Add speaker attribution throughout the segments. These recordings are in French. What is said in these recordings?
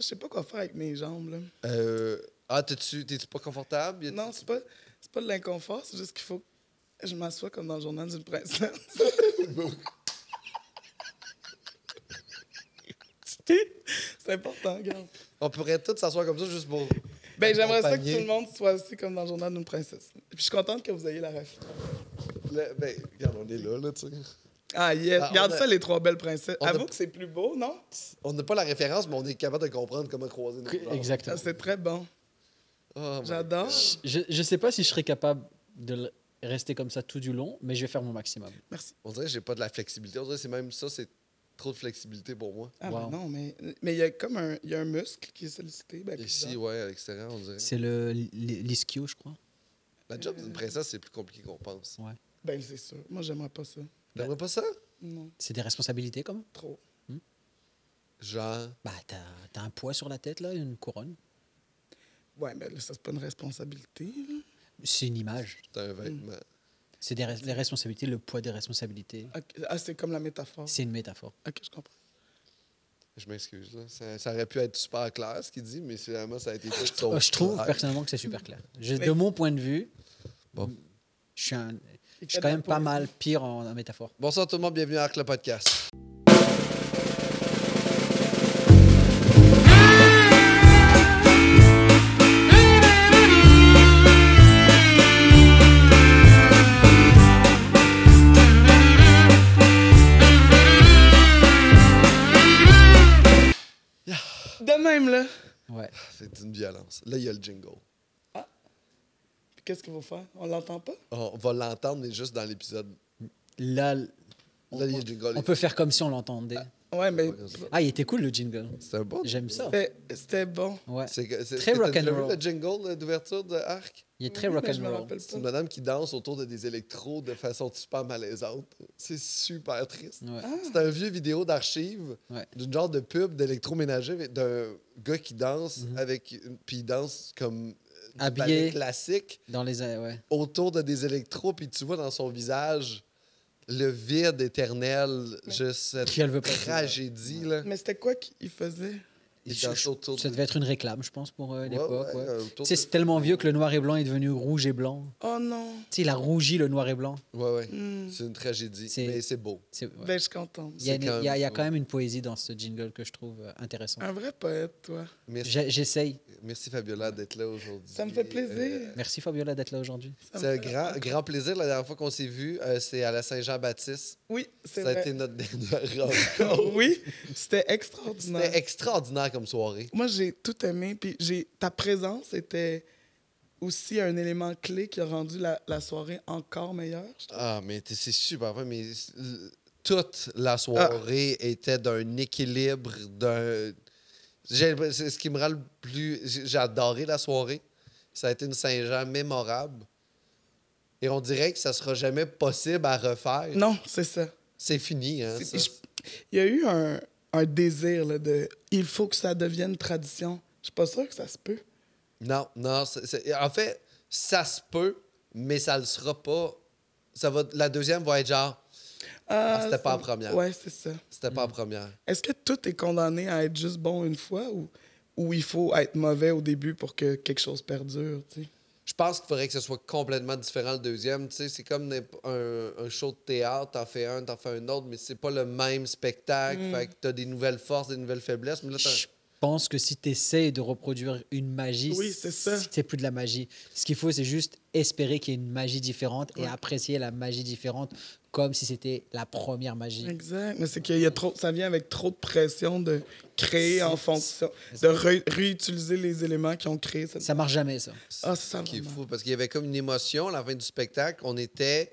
Speaker 1: sais pas quoi faire avec mes jambes. Là.
Speaker 2: Euh, ah, t'es-tu t'es-tu pas confortable? Y a-
Speaker 1: Non, c'est pas, c'est pas de l'inconfort, c'est juste qu'il faut que je m'assoie comme dans le journal d'une princesse. c'est important, regarde.
Speaker 2: On pourrait tous s'asseoir comme ça juste pour.
Speaker 1: Ben, j'aimerais ça que
Speaker 2: accompagner.
Speaker 1: tout le monde soit assis comme dans le journal d'une princesse. Puis je suis contente que vous ayez la ref.
Speaker 2: Le- ben, regarde, on est là, là, tu sais.
Speaker 1: Ah, yes.
Speaker 2: Ah, on
Speaker 1: regarde
Speaker 2: a-
Speaker 1: ça, les trois belles princesses.
Speaker 2: on a-
Speaker 1: Avoue que c'est plus beau, non?
Speaker 2: On n'a pas la référence, mais on est capable de comprendre comment croiser nos genres.
Speaker 1: Ah,
Speaker 3: Exactement.
Speaker 1: c'est très bon.
Speaker 2: Oh, my-
Speaker 1: J'adore.
Speaker 3: Je, je sais pas si je serais capable de le- rester comme ça tout du long, mais je vais faire mon maximum.
Speaker 1: Merci.
Speaker 2: On dirait que j'ai pas de la flexibilité. On dirait que c'est même ça, c'est trop de flexibilité pour moi.
Speaker 1: Ah,
Speaker 3: Wow.
Speaker 1: ben non, mais mais il y a comme un, il y a un muscle qui est sollicité. Ben,
Speaker 2: Ici,
Speaker 1: plusieurs.
Speaker 2: ouais, à l'extérieur, on dirait.
Speaker 3: C'est le l'i- l'ischio, je crois.
Speaker 2: La job
Speaker 1: Euh.
Speaker 2: d'une princesse, c'est plus compliqué qu'on pense.
Speaker 1: Ben, c'est sûr. Moi, j'aimerais pas ça.
Speaker 2: T'aimerais pas ça?
Speaker 1: Non,
Speaker 3: C'est des responsabilités, comme.
Speaker 1: trop.
Speaker 2: Genre.
Speaker 3: Bah, t'as t'as un poids sur la tête, là, une couronne.
Speaker 1: Ouais, mais là, ça, c'est pas une responsabilité. là.
Speaker 3: C'est une image.
Speaker 2: C'est un
Speaker 1: Mm.
Speaker 2: vêtement.
Speaker 3: C'est des res- les responsabilités, le poids des responsabilités.
Speaker 1: Ok. Ah, c'est comme la métaphore.
Speaker 3: C'est une métaphore.
Speaker 1: Ok, je comprends.
Speaker 2: Je m'excuse, là. Ça, ça aurait pu être super clair, ce qu'il dit, mais finalement, ça a été tout
Speaker 3: Euh,
Speaker 2: sauf
Speaker 3: je trouve
Speaker 2: clair.
Speaker 3: personnellement que c'est super clair. Je-
Speaker 1: Mais-
Speaker 3: De mon point de vue,
Speaker 2: Bon.
Speaker 3: je suis, un- je
Speaker 1: Il
Speaker 3: suis
Speaker 1: fait
Speaker 3: quand
Speaker 1: de la
Speaker 3: même pas
Speaker 1: poésie.
Speaker 3: mal pire en, en métaphore.
Speaker 2: Bonsoir tout le monde, bienvenue à Arc le podcast.
Speaker 1: De même, là.
Speaker 3: Ouais.
Speaker 2: C'est une violence. Là, il y a le jingle.
Speaker 1: Puis qu'est-ce qu'il faut faire? On l'entend pas?
Speaker 2: On on va l'entendre, mais juste dans l'épisode.
Speaker 3: Là, l- on,
Speaker 2: Là, il y a le jingle.
Speaker 3: on peut faire comme si on l'entendait.
Speaker 1: Ouais, mais
Speaker 3: Ah, il était cool le jingle.
Speaker 2: C'est un bon.
Speaker 3: J'aime ça.
Speaker 1: c'était- c'était bon.
Speaker 3: Ouais.
Speaker 2: C'est que- c'est-
Speaker 3: Très
Speaker 2: t'as- t'as déjà vu
Speaker 3: rock'n'roll.
Speaker 2: le jingle euh, d'ouverture de Arc?
Speaker 3: Il est très
Speaker 1: Oui, mais je me
Speaker 3: rock'n'roll.
Speaker 1: rappelle
Speaker 2: C'est une
Speaker 1: pas.
Speaker 2: madame qui danse autour de des électros de façon super malaisante. C'est super triste.
Speaker 3: Ouais.
Speaker 2: C'est un vieux vidéo d'archives
Speaker 3: Ouais.
Speaker 2: d'une genre de pub d'électroménager mais d'un gars qui danse avec. une- Puis il danse comme. euh, du
Speaker 3: Mm-hmm. Habillé.
Speaker 2: ballet classique
Speaker 3: Dans les a- ouais.
Speaker 2: autour de des électros. Puis tu vois dans son visage le vide éternel, juste cette
Speaker 3: Qu'elle veut pas dire.
Speaker 2: tragédie. Là.
Speaker 1: Mais c'était quoi qu'il faisait?
Speaker 2: Il
Speaker 3: Je-
Speaker 2: danse
Speaker 3: je-
Speaker 2: autour
Speaker 3: ça
Speaker 2: de-
Speaker 3: devait être une réclame, je pense, pour euh, l'époque.
Speaker 2: ouais,
Speaker 3: ouais.
Speaker 2: euh, autour
Speaker 3: Tu sais,
Speaker 2: de-
Speaker 3: c'est tellement vieux que le noir et blanc est devenu rouge et blanc.
Speaker 1: Oh non!
Speaker 3: Tu sais, il a rougi le noir et blanc.
Speaker 2: Ouais, ouais.
Speaker 1: Hmm.
Speaker 2: C'est une tragédie.
Speaker 3: C'est-
Speaker 2: Mais c'est beau.
Speaker 3: C'est- ouais.
Speaker 1: Ben, je suis contente.
Speaker 3: Il y a,
Speaker 2: c'est
Speaker 3: une-
Speaker 2: quand
Speaker 3: il y a- il y a
Speaker 2: même- Ah,
Speaker 3: quand même une poésie dans ce jingle que je trouve euh, intéressante.
Speaker 1: Un vrai poète, toi.
Speaker 2: Merci,
Speaker 3: J'ai- J'essaye.
Speaker 2: merci Fabiola d'être là aujourd'hui.
Speaker 1: Ça me fait plaisir.
Speaker 2: Euh,
Speaker 3: Merci Fabiola d'être là aujourd'hui.
Speaker 1: Ça me
Speaker 2: c'est un
Speaker 1: fait-
Speaker 2: grand, grand plaisir. La dernière fois qu'on s'est vu, euh, c'est à la Saint-Jean-Baptiste.
Speaker 1: Oui, c'est
Speaker 2: Ça a
Speaker 1: vrai.
Speaker 2: été notre dernière rencontre.
Speaker 1: oui, c'était
Speaker 2: C'était
Speaker 1: extraordinaire.
Speaker 2: extraordinaire comme soirée.
Speaker 1: Moi, j'ai tout aimé. Puis j'ai ta présence était aussi un élément clé qui a rendu la, la soirée encore meilleure. je trouve.
Speaker 2: Ah, mais t'es- c'est super. vrai, Mais l- toute la soirée était d'un équilibre, d'un. J'ai- C'est ce qui me rend le plus. j'ai- J'ai adoré la soirée. Ça a été une Saint-Jean mémorable. Et on dirait que ça sera jamais possible à refaire.
Speaker 1: Non, c'est ça.
Speaker 2: C'est fini, hein?
Speaker 1: C'est-
Speaker 2: ça.
Speaker 1: je- Il y a eu un, un désir là, de il faut que ça devienne tradition. Je suis pas sûre que ça se peut.
Speaker 2: Non, non. c'est- c'est- En fait, ça se peut, mais ça le sera pas. Ça va... La deuxième va être genre. Ah, c'était pas
Speaker 1: ça-
Speaker 2: en première.
Speaker 1: Ouais, Euh, c'est ça.
Speaker 2: C'était pas en première.
Speaker 1: Est-ce que tout est condamné à être juste bon une fois ou, ou il faut être mauvais au début pour que quelque chose perdure, tu sais?
Speaker 2: Je pense qu'il faudrait que ce soit complètement différent le deuxième. Tu sais, c'est comme n'imp- un, un show de théâtre, t'en fais un, t'en fais un autre, mais c'est pas le même spectacle. Fait que t'as des nouvelles forces, des nouvelles faiblesses. Mais là, t'as-
Speaker 3: Je pense que si tu essaies de reproduire une magie,
Speaker 1: Oui, c'est ça.
Speaker 3: c'est plus de la magie. Ce qu'il faut, c'est juste espérer qu'il y ait une magie différente et
Speaker 1: Ouais.
Speaker 3: apprécier la magie différente comme si c'était la première magie.
Speaker 1: Exact. Mais c'est qu'il y a trop, ça vient avec trop de pression de créer en
Speaker 3: C'est-
Speaker 1: fonction, de ré- réutiliser les éléments qui ont créé cette.
Speaker 3: Ça marche jamais, ça.
Speaker 1: Ah, ça,
Speaker 2: qui est
Speaker 1: vraiment.
Speaker 2: fou parce qu'il y avait comme une émotion à la fin du spectacle. On était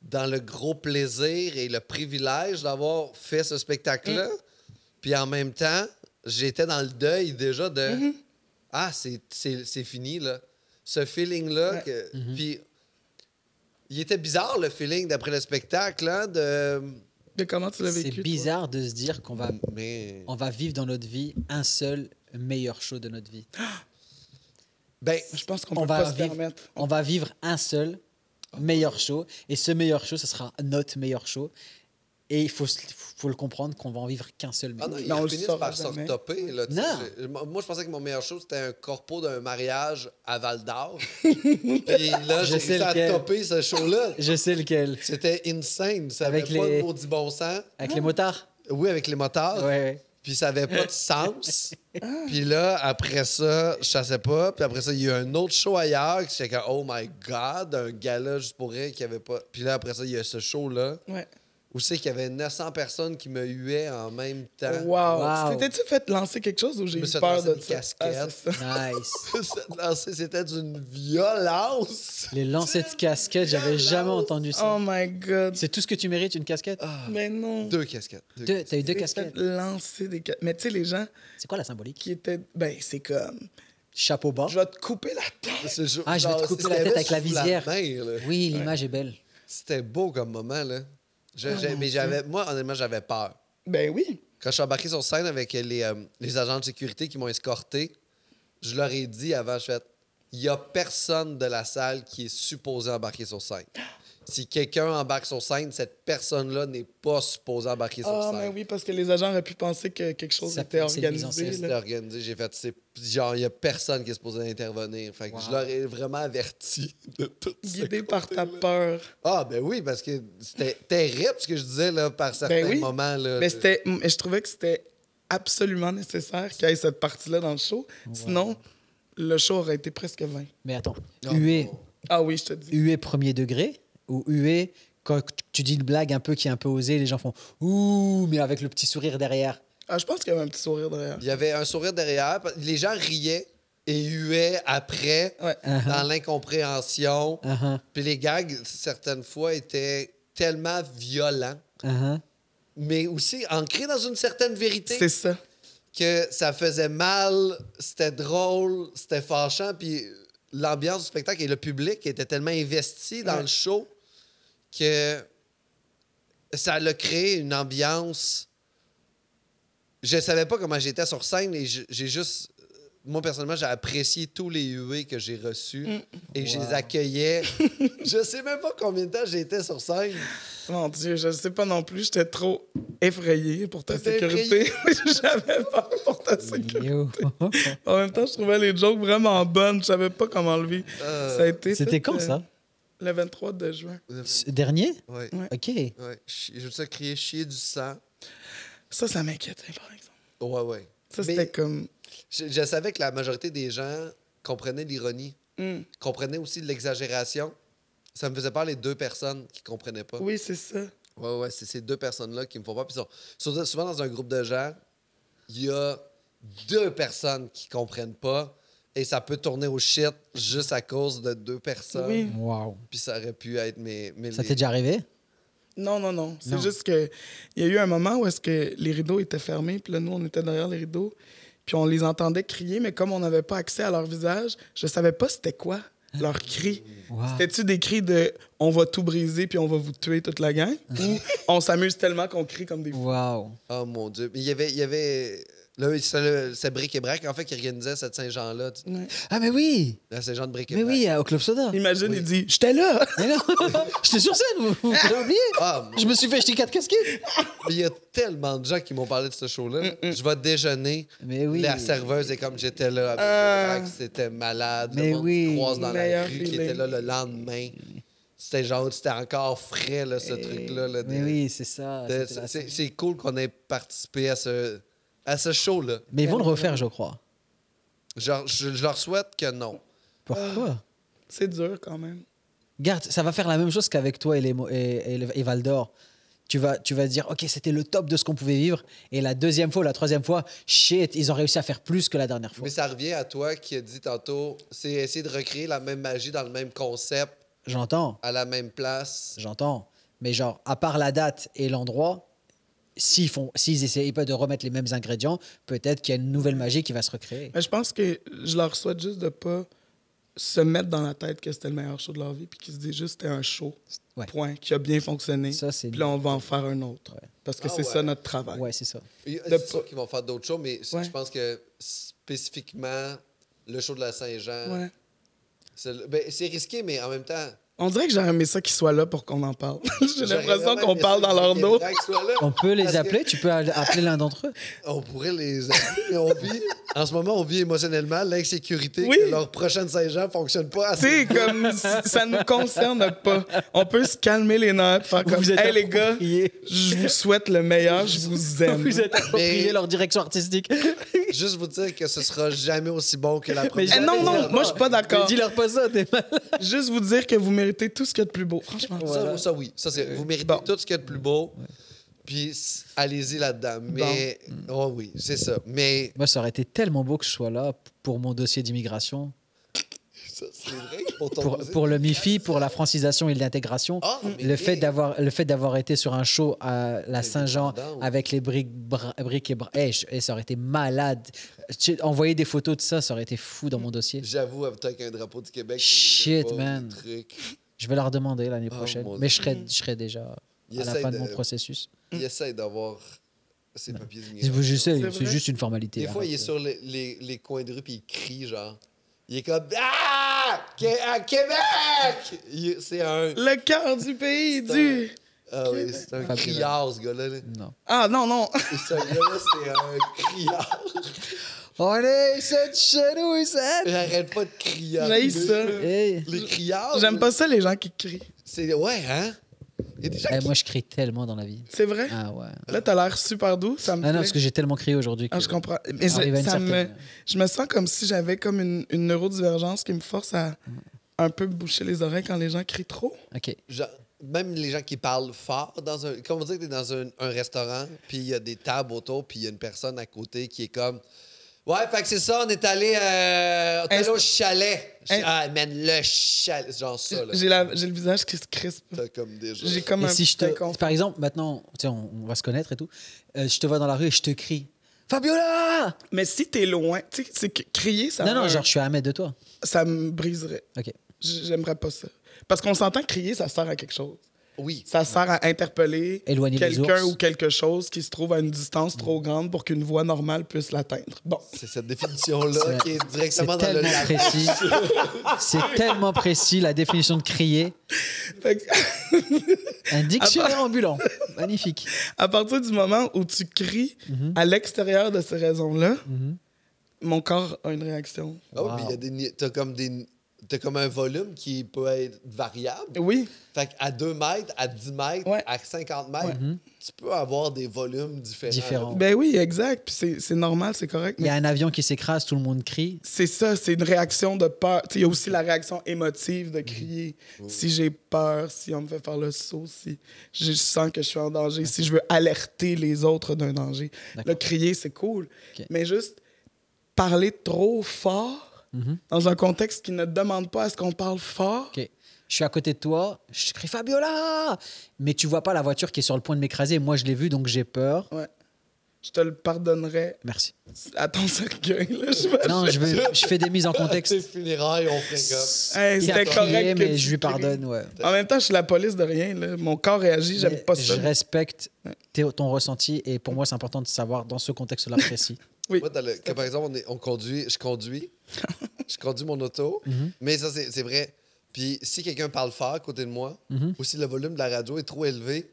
Speaker 2: dans le gros plaisir et le privilège d'avoir fait ce spectacle-là. Puis en même temps, j'étais dans le deuil déjà de Ah, c'est- c'est c'est fini, là. Ce feeling-là.
Speaker 1: Ouais.
Speaker 2: que-
Speaker 3: Mm-hmm.
Speaker 2: Puis il était bizarre le feeling d'après le spectacle, hein, de.
Speaker 1: De comment tu l'as vécu?
Speaker 3: C'est
Speaker 1: toi?
Speaker 3: bizarre de se dire qu'on va,
Speaker 2: Mais.
Speaker 3: on va vivre dans notre vie un seul meilleur show de notre vie.
Speaker 2: Ben,
Speaker 1: Je pense qu'on
Speaker 3: On
Speaker 1: peut
Speaker 3: va
Speaker 1: pas se
Speaker 3: vivre-
Speaker 1: permettre.
Speaker 3: On va vivre un seul meilleur show et ce meilleur show, ce sera notre meilleur show. Et il faut, se- faut le comprendre qu'on va en vivre qu'un seul
Speaker 2: Ah
Speaker 3: mec.
Speaker 2: non, ils
Speaker 1: Mais on le
Speaker 2: finissent
Speaker 1: saura
Speaker 2: par se
Speaker 1: jamais.
Speaker 2: retoper. Là, tu sais,
Speaker 3: Non.
Speaker 2: j'ai- moi, je pensais que mon meilleur show, c'était un corpo d'un mariage à Val d'Or. Puis là,
Speaker 3: Je
Speaker 2: j'ai
Speaker 3: sais
Speaker 2: réussi à
Speaker 3: lequel.
Speaker 2: toper ce show-là.
Speaker 3: Je sais lequel.
Speaker 2: C'était insane. Ça n'avait
Speaker 3: Avec
Speaker 2: pas
Speaker 3: les-
Speaker 2: de maudit bon sens.
Speaker 3: Avec les motards
Speaker 2: Oui, avec les
Speaker 3: Ouais,
Speaker 2: motards.
Speaker 3: ouais.
Speaker 2: Puis ça n'avait pas de sens. puis là, après ça, je chassais pas. Puis après ça, il y a eu un autre show ailleurs qui j'étais comme « Oh my God! » Un gala juste pour rire qui avait pas... Puis là, après ça, il y a ce show-là
Speaker 1: Ouais.
Speaker 2: où c'est qu'il y avait 900 personnes qui me huaient en même temps.
Speaker 1: Wow.
Speaker 3: Wow.
Speaker 1: Tu T'étais-tu fait lancer quelque chose ou j'ai
Speaker 2: Euh, Je me
Speaker 1: eu
Speaker 2: suis
Speaker 1: peur
Speaker 2: lancé
Speaker 1: de
Speaker 2: des
Speaker 1: ça?
Speaker 2: casquettes.
Speaker 1: Ah, c'est ça.
Speaker 3: Nice.
Speaker 2: Cette lancée, c'était d'une violence.
Speaker 3: Les lancers de casquettes, j'avais jamais entendu ça.
Speaker 1: Oh my God.
Speaker 3: C'est tout ce que tu mérites, une casquette
Speaker 2: Ah,
Speaker 1: Mais non.
Speaker 2: deux casquettes. deux
Speaker 3: Deux, T'as eu deux
Speaker 1: J'ai
Speaker 3: casquettes.
Speaker 1: fait lancer des casquettes. Mais tu sais, les gens
Speaker 3: C'est quoi la symbolique
Speaker 1: qui étaient... Ben, c'est comme...
Speaker 3: Chapeau bas.
Speaker 1: Je vais te couper la tête.
Speaker 2: casquettes. Ce
Speaker 3: Ah, je vais te
Speaker 2: genre,
Speaker 3: couper
Speaker 2: c'est-
Speaker 3: la
Speaker 2: il y
Speaker 3: tête
Speaker 2: avait
Speaker 3: avec la
Speaker 2: sous
Speaker 3: visière.
Speaker 2: main, là.
Speaker 3: Oui, l'image est belle.
Speaker 2: C'était beau comme moment, là.
Speaker 3: Oh
Speaker 2: Je- j'ai- mais j'avais, moi, honnêtement, j'avais peur.
Speaker 1: Ben oui.
Speaker 2: Quand je suis embarqué sur scène avec les, euh, les agents de sécurité qui m'ont escorté, je leur ai dit avant, je fais, il n'y a personne de la salle qui est supposé embarquer sur scène. Si quelqu'un embarque sur scène, cette personne-là n'est pas supposée embarquer sur
Speaker 3: Oh
Speaker 1: Ah,
Speaker 2: scène.
Speaker 1: mais oui, parce que les agents auraient pu penser que quelque chose
Speaker 3: Ça
Speaker 1: était
Speaker 3: fait- c'est une mise en
Speaker 1: organisé.
Speaker 3: scène.
Speaker 2: C'était
Speaker 1: là.
Speaker 2: organisé, j'ai fait, c'est genre, il n'y a personne qui est supposé intervenir. Fait que
Speaker 3: Wow.
Speaker 2: je leur ai vraiment averti de tout ce
Speaker 1: Guidé par ta
Speaker 2: côté-là.
Speaker 1: peur.
Speaker 2: Ah, ben oui, parce que c'était terrible ce que je disais là, par certains
Speaker 1: Ben oui.
Speaker 2: moments. Là,
Speaker 1: Mais c'était, mais je trouvais que c'était absolument nécessaire qu'il y ait cette partie-là dans le show. Sinon, le show aurait été presque vain.
Speaker 3: Mais attends,
Speaker 2: Oh.
Speaker 3: huée,
Speaker 1: Ah oui, je te dis.
Speaker 3: huée premier degré ou huée quand tu- tu dis une blague un peu qui est un peu osée, les gens font ouh, mais avec le petit sourire derrière.
Speaker 1: Ah, je pense qu'il y avait un petit sourire derrière.
Speaker 2: Il y avait un sourire derrière. pa- Les gens riaient et huaient après
Speaker 1: Ouais.
Speaker 2: dans l'incompréhension.
Speaker 3: Uh-huh,
Speaker 2: Puis les gags, certaines fois, étaient tellement violents,
Speaker 3: uh-huh.
Speaker 2: mais aussi ancrés dans une certaine vérité.
Speaker 1: C'est ça.
Speaker 2: que ça faisait mal, c'était drôle, c'était fâchant, puis l'ambiance du spectacle et le public étaient tellement investis dans
Speaker 1: Ouais.
Speaker 2: le show que ça l'a créé une ambiance. Je savais pas comment j'étais sur scène et je- j'ai juste. Moi, personnellement, j'ai apprécié tous les huées que j'ai reçus
Speaker 1: Mm.
Speaker 2: et je les accueillais. je sais même pas combien de temps j'étais sur scène.
Speaker 1: Mon Dieu, je ne sais pas non plus. J'étais trop effrayée pour ta
Speaker 2: T'étais
Speaker 1: sécurité. J'avais peur pour ta sécurité.
Speaker 3: Yo.
Speaker 1: En même temps, je trouvais les jokes vraiment bonnes. Je savais pas comment enlever.
Speaker 2: Euh,
Speaker 1: ça a été
Speaker 3: C'était
Speaker 1: fait,
Speaker 3: quand
Speaker 1: euh,
Speaker 3: ça
Speaker 1: Le 23 de juin.
Speaker 3: Ce Dernier
Speaker 2: Ouais,
Speaker 1: Ouais.
Speaker 3: Ok.
Speaker 2: ouais. Chi- Je me suis crier chier du sang.
Speaker 1: Ça, ça m'inquiétait, par exemple.
Speaker 2: Ouais, ouais.
Speaker 1: Ça,
Speaker 2: Mais-
Speaker 1: c'était comme...
Speaker 2: Je, je savais que la majorité des gens comprenaient l'ironie,
Speaker 1: Hum.
Speaker 2: comprenaient aussi l'exagération. Ça me faisait peur les deux personnes qui comprenaient pas.
Speaker 1: Oui, c'est ça.
Speaker 2: Ouais, ouais, c'est ces deux personnes-là qui me font peur. Puis sont- surtout- souvent dans un groupe de gens, il y a deux personnes qui comprennent pas et ça peut tourner au shit juste à cause de deux personnes.
Speaker 1: Oui.
Speaker 3: Wow.
Speaker 2: Puis ça aurait pu être mes. mes-
Speaker 3: Ça
Speaker 2: les-
Speaker 3: t'est déjà arrivé
Speaker 1: Non, non, non. C'est
Speaker 3: Non.
Speaker 1: juste que il y a eu un moment où est-ce que les rideaux étaient fermés, puis là, nous, on était derrière les rideaux, puis on les entendait crier, mais comme on n'avait pas accès à leur visage, je savais pas c'était quoi leur cri.
Speaker 3: Wow.
Speaker 1: C'était-tu des cris de « on va tout briser, puis on va vous tuer toute la gang » ou « on s'amuse tellement qu'on crie comme des fous
Speaker 3: Wow.
Speaker 2: Oh mon Dieu. Mais il y avait. Il y avait... Là, c'est le- c'est Bric et Brac, en fait, qui organisait cette Saint-Jean-là. tu-
Speaker 1: Ouais.
Speaker 3: Ah mais oui
Speaker 2: La Saint-Jean de Bric et
Speaker 3: Mais
Speaker 2: Brac.
Speaker 3: oui, à- au Club Soda.
Speaker 1: Imagine, il dit « j'étais là
Speaker 3: Mais non, j'étais sur scène, vous, vous l'avez oublié
Speaker 2: Ah, mon
Speaker 3: Je me suis fait acheter quatre casquettes.
Speaker 2: Mais Il y a tellement de gens qui m'ont parlé de ce show-là.
Speaker 1: Mm,
Speaker 2: Je vais déjeuner.
Speaker 3: Mais oui.
Speaker 2: La serveuse est comme j'étais là. avec
Speaker 1: Ah.
Speaker 2: le Braque, C'était malade.
Speaker 3: Mais
Speaker 2: le monde
Speaker 3: oui.
Speaker 2: qui croise dans la
Speaker 1: Meilleur
Speaker 2: rue qui
Speaker 1: feeling.
Speaker 2: était là le lendemain. C'était genre, c'était encore frais, là, ce truc-là. là,
Speaker 3: Eh, Mais
Speaker 2: de-
Speaker 3: oui, c'est ça.
Speaker 2: de-
Speaker 3: c'était la
Speaker 2: c'est-
Speaker 3: scène.
Speaker 2: C'est cool qu'on ait participé à ce, à ce show-là.
Speaker 3: Mais ils vont le refaire, je crois.
Speaker 2: Genre, je, je leur souhaite que non.
Speaker 3: Pourquoi ».
Speaker 1: C'est dur, quand même.
Speaker 3: Garde, ça va faire la même chose qu'avec toi et, les, mo- et, et le- et Val d'Or. Tu vas, tu vas dire, OK, c'était le top de ce qu'on pouvait vivre. Et la deuxième fois ou la troisième fois, shit, ils ont réussi à faire plus que la dernière fois.
Speaker 2: Mais ça revient à toi qui a dit tantôt, c'est essayer de recréer la même magie dans le même concept,
Speaker 3: J'entends,
Speaker 2: à la même place.
Speaker 3: j'entends. Mais genre, à part la date et l'endroit, s'ils font, s'ils essayent pas de remettre les mêmes ingrédients, peut-être qu'il y a une nouvelle magie qui va se recréer.
Speaker 1: Mais je pense que je leur souhaite juste de pas se mettre dans la tête que c'était le meilleur show de leur vie, puis qu'ils se disent juste c'était un show.
Speaker 3: Ouais.
Speaker 1: Point. Qui a bien fonctionné.
Speaker 3: Ça, c'est-
Speaker 1: Puis là, on va en faire un autre.
Speaker 3: Ouais.
Speaker 1: Parce que
Speaker 2: Ah
Speaker 1: c'est
Speaker 2: ouais.
Speaker 1: ça notre travail.
Speaker 3: Ouais, c'est ça.
Speaker 2: Il y a-
Speaker 1: De
Speaker 2: C'est sûr qu'ils vont faire d'autres shows, mais c-
Speaker 1: Ouais.
Speaker 2: je pense que spécifiquement, le show de la Saint-Jean,
Speaker 1: Ouais.
Speaker 2: c'est le- ben, c'est risqué, mais en même temps,
Speaker 1: On dirait que j'aurais aimé ça qu'ils soient là pour qu'on en parle. J'ai
Speaker 2: J'aurais
Speaker 1: l'impression
Speaker 2: vraiment
Speaker 1: qu'on
Speaker 2: aimé
Speaker 1: parle
Speaker 2: ça
Speaker 1: dans leur
Speaker 2: qu'il
Speaker 1: dos.
Speaker 2: y ait des gens qui soient là.
Speaker 3: On peut les
Speaker 2: Parce que
Speaker 3: appeler, tu peux a- appeler l'un d'entre eux.
Speaker 2: On pourrait les appeler, mais on vit. En ce moment, on vit émotionnellement l'insécurité
Speaker 1: Oui.
Speaker 2: que leur prochaine Saint-Jean ne fonctionne pas
Speaker 1: Tu sais,
Speaker 2: assez.
Speaker 1: comme c- ça ne nous concerne pas. On peut se calmer les nerfs, faire comme
Speaker 3: Vous êtes
Speaker 1: Hey les gars,
Speaker 3: appropriés.
Speaker 1: je vous souhaite le meilleur, je vous aime.
Speaker 3: Vous êtes approprié
Speaker 2: Mais-
Speaker 3: leur direction artistique.
Speaker 2: Juste vous dire que ce sera jamais aussi bon que la
Speaker 3: Mais
Speaker 1: Eh,
Speaker 2: première.
Speaker 1: non, non, moi je suis pas
Speaker 3: Mais
Speaker 1: d'accord.
Speaker 3: dis-leur pas ça, t'es mal.
Speaker 1: Juste vous dire que vous méritez tout ce qu'il y a de plus beau, franchement.
Speaker 2: Ça,
Speaker 3: Voilà.
Speaker 2: ça, oui. Ça, c'est, vous méritez
Speaker 1: Bon.
Speaker 2: tout ce qu'il y a de plus beau. Puis s- allez-y là-dedans. Mais, oh oui, c'est ça. Mais
Speaker 3: Moi, ça aurait été tellement beau que je sois là p- pour mon dossier d'immigration,
Speaker 2: ça, c'est vrai que pour ton
Speaker 3: pour,
Speaker 2: musée-
Speaker 3: pour le MIFI, pour la francisation et l'intégration.
Speaker 2: Ah, mais
Speaker 3: Le fait
Speaker 2: hey,
Speaker 3: d'avoir le fait d'avoir été sur un show à la Saint-Jean
Speaker 2: dépendants, oui.
Speaker 3: avec les briques bra- briques et bra- Eh, je- eh, ça aurait été malade. Tu- Envoyer des photos de ça, ça aurait été fou dans mon dossier.
Speaker 2: J'avoue, avec un drapeau du Québec.
Speaker 3: Shit,
Speaker 2: je sais pas,
Speaker 3: man.
Speaker 2: des trucs.
Speaker 3: Je vais leur demander l'année
Speaker 2: Oh,
Speaker 3: prochaine,
Speaker 2: mon
Speaker 3: mais je serai je serai déjà
Speaker 2: Il
Speaker 3: à la
Speaker 2: essaie
Speaker 3: fin de
Speaker 2: de-
Speaker 3: mon processus.
Speaker 2: Il essaie d'avoir ses papiers d'immigration.
Speaker 3: Je sais,
Speaker 1: C'est
Speaker 3: c'est
Speaker 1: vrai.
Speaker 3: juste une formalité.
Speaker 2: Des fois,
Speaker 3: arrête.
Speaker 2: il est sur les, les- les coins de rue puis il crie, genre. Il est comme Ah! Qué- à Québec! Il- C'est un.
Speaker 1: Le cœur du pays,
Speaker 2: C'est
Speaker 1: du.
Speaker 2: Ah oui, c'est un
Speaker 3: Fabuleux.
Speaker 2: criard, ce gars-là. là.
Speaker 3: Non.
Speaker 1: Ah non, non.
Speaker 2: Ce gars-là, c'est un criard.
Speaker 3: On est cette chelou,
Speaker 2: Il
Speaker 3: cette.
Speaker 2: arrête pas de crier.
Speaker 1: J'haïs ça.
Speaker 2: Euh,
Speaker 3: Hey.
Speaker 2: Les criards.
Speaker 1: J'aime
Speaker 2: là,
Speaker 1: pas ça les gens qui crient.
Speaker 2: C'est... Ouais, hein? Il y a des gens
Speaker 3: Eh,
Speaker 2: qui-
Speaker 3: moi, je crie tellement dans la vie.
Speaker 1: C'est vrai?
Speaker 3: Ah ouais.
Speaker 1: Là, t'as l'air super doux, ça me
Speaker 3: Ah non,
Speaker 1: plaît.
Speaker 3: parce que j'ai tellement crié aujourd'hui. que-
Speaker 1: Ah, je comprends. Mais
Speaker 3: Arrive à
Speaker 1: je,
Speaker 3: une
Speaker 1: ça me,
Speaker 3: certaine-
Speaker 1: je me sens comme si j'avais comme une, une neurodivergence qui me force à un peu boucher les oreilles quand les gens crient trop.
Speaker 3: Ok.
Speaker 2: genre, Même les gens qui parlent fort dans un. Comme on dit que t'es dans un, un restaurant, puis il y a des tables autour, puis il y a une personne à côté qui est comme. Ouais, fait que c'est ça, on est allé, euh, on est allé au
Speaker 1: Inst-
Speaker 2: chalet.
Speaker 1: Inst-
Speaker 2: Ah, man, le chalet. C'est Genre ça, là.
Speaker 1: J'ai la- j'ai le visage qui se crispe.
Speaker 2: T'as comme déjà.
Speaker 1: J'ai comme
Speaker 3: Et
Speaker 1: un
Speaker 3: si je
Speaker 1: petit
Speaker 3: te,
Speaker 1: inconfort.
Speaker 3: par exemple, maintenant, tu sais, on, on va se connaître et tout. Euh, je te vois dans la rue et je te crie. Fabiola
Speaker 1: Mais si t'es loin, tu sais, c'est que crier, ça,
Speaker 3: Non, non,
Speaker 1: me-
Speaker 3: genre, je suis à un mètre de toi.
Speaker 1: ça me briserait.
Speaker 3: Ok.
Speaker 1: J- J'aimerais pas ça. Parce qu'on s'entend que crier, ça sert à quelque chose.
Speaker 2: Oui.
Speaker 1: Ça sert à interpeller
Speaker 3: Éloigner les
Speaker 1: quelqu'un
Speaker 3: ours.
Speaker 1: ou quelque chose qui se trouve à une distance trop grande pour qu'une voix normale puisse l'atteindre. Bon.
Speaker 2: C'est cette définition-là
Speaker 3: C'est-
Speaker 2: qui est
Speaker 3: C'est
Speaker 2: directement dans le
Speaker 3: tellement
Speaker 2: lab.
Speaker 3: précis. C'est tellement précis, la définition de crier.
Speaker 1: Fait que-
Speaker 3: Un
Speaker 1: Ah bah.
Speaker 3: dictionnaire ambulant. Magnifique.
Speaker 1: à partir du moment où tu cries
Speaker 3: Mhm.
Speaker 1: à l'extérieur de ces raisons-là, mon corps a une réaction.
Speaker 2: Ah oui,
Speaker 3: Wow.
Speaker 2: puis il y a des ni- T'as comme des. T'as comme un volume qui peut être variable.
Speaker 1: Oui,
Speaker 2: Fait qu'à 2 mètres, à 10 mètres,
Speaker 1: Ouais.
Speaker 2: à 50 mètres, tu peux avoir des volumes différents.
Speaker 3: Différents.
Speaker 1: ben oui, exact. Puis c'est- c'est normal, c'est correct.
Speaker 3: Il y
Speaker 1: Mais
Speaker 3: a un avion qui s'écrase, tout le monde crie.
Speaker 1: c'est ça, c'est une réaction de peur. Tu sais, Il y a aussi la réaction émotive de crier.
Speaker 3: Mhm.
Speaker 1: Si j'ai peur, si on me fait faire le saut, si je sens que je suis en danger, si je veux alerter les autres d'un danger.
Speaker 3: D'accord.
Speaker 1: Le crier, c'est cool.
Speaker 3: Ok.
Speaker 1: Mais juste parler trop fort dans un contexte qui ne demande pas à ce qu'on parle fort.
Speaker 3: Mhm. Ok. Je suis à côté de toi, je crie Fabiola Mais tu vois pas la voiture qui est sur le point de m'écraser. Moi, je l'ai vue, donc j'ai peur.
Speaker 1: Ouais. Je te le pardonnerais
Speaker 3: Merci.
Speaker 1: à ton cercueil, là, je
Speaker 3: Non, je, veux- je fais des mises en contexte.
Speaker 2: Tes funérailles, on ferait comme.
Speaker 1: Hey,
Speaker 3: Il a
Speaker 1: c'était
Speaker 3: crié,
Speaker 1: correct que
Speaker 3: mais
Speaker 1: tu
Speaker 3: je lui
Speaker 1: cries.
Speaker 3: pardonne, ouais.
Speaker 1: En même temps, je suis la police de rien, là. Mon corps réagit, j'aime
Speaker 3: Mais
Speaker 1: pas
Speaker 3: Je
Speaker 1: ça. Mm.
Speaker 3: respecte tes- ton ressenti et pour moi, c'est important de savoir dans ce contexte-là précis.
Speaker 1: Oui.
Speaker 2: Moi, dans le- quand, par exemple, on, est- on conduit, je conduis, je conduis mon auto, mais ça, c'est c'est vrai. Puis si quelqu'un parle fort à côté de moi, ou si le volume de la radio est trop élevé,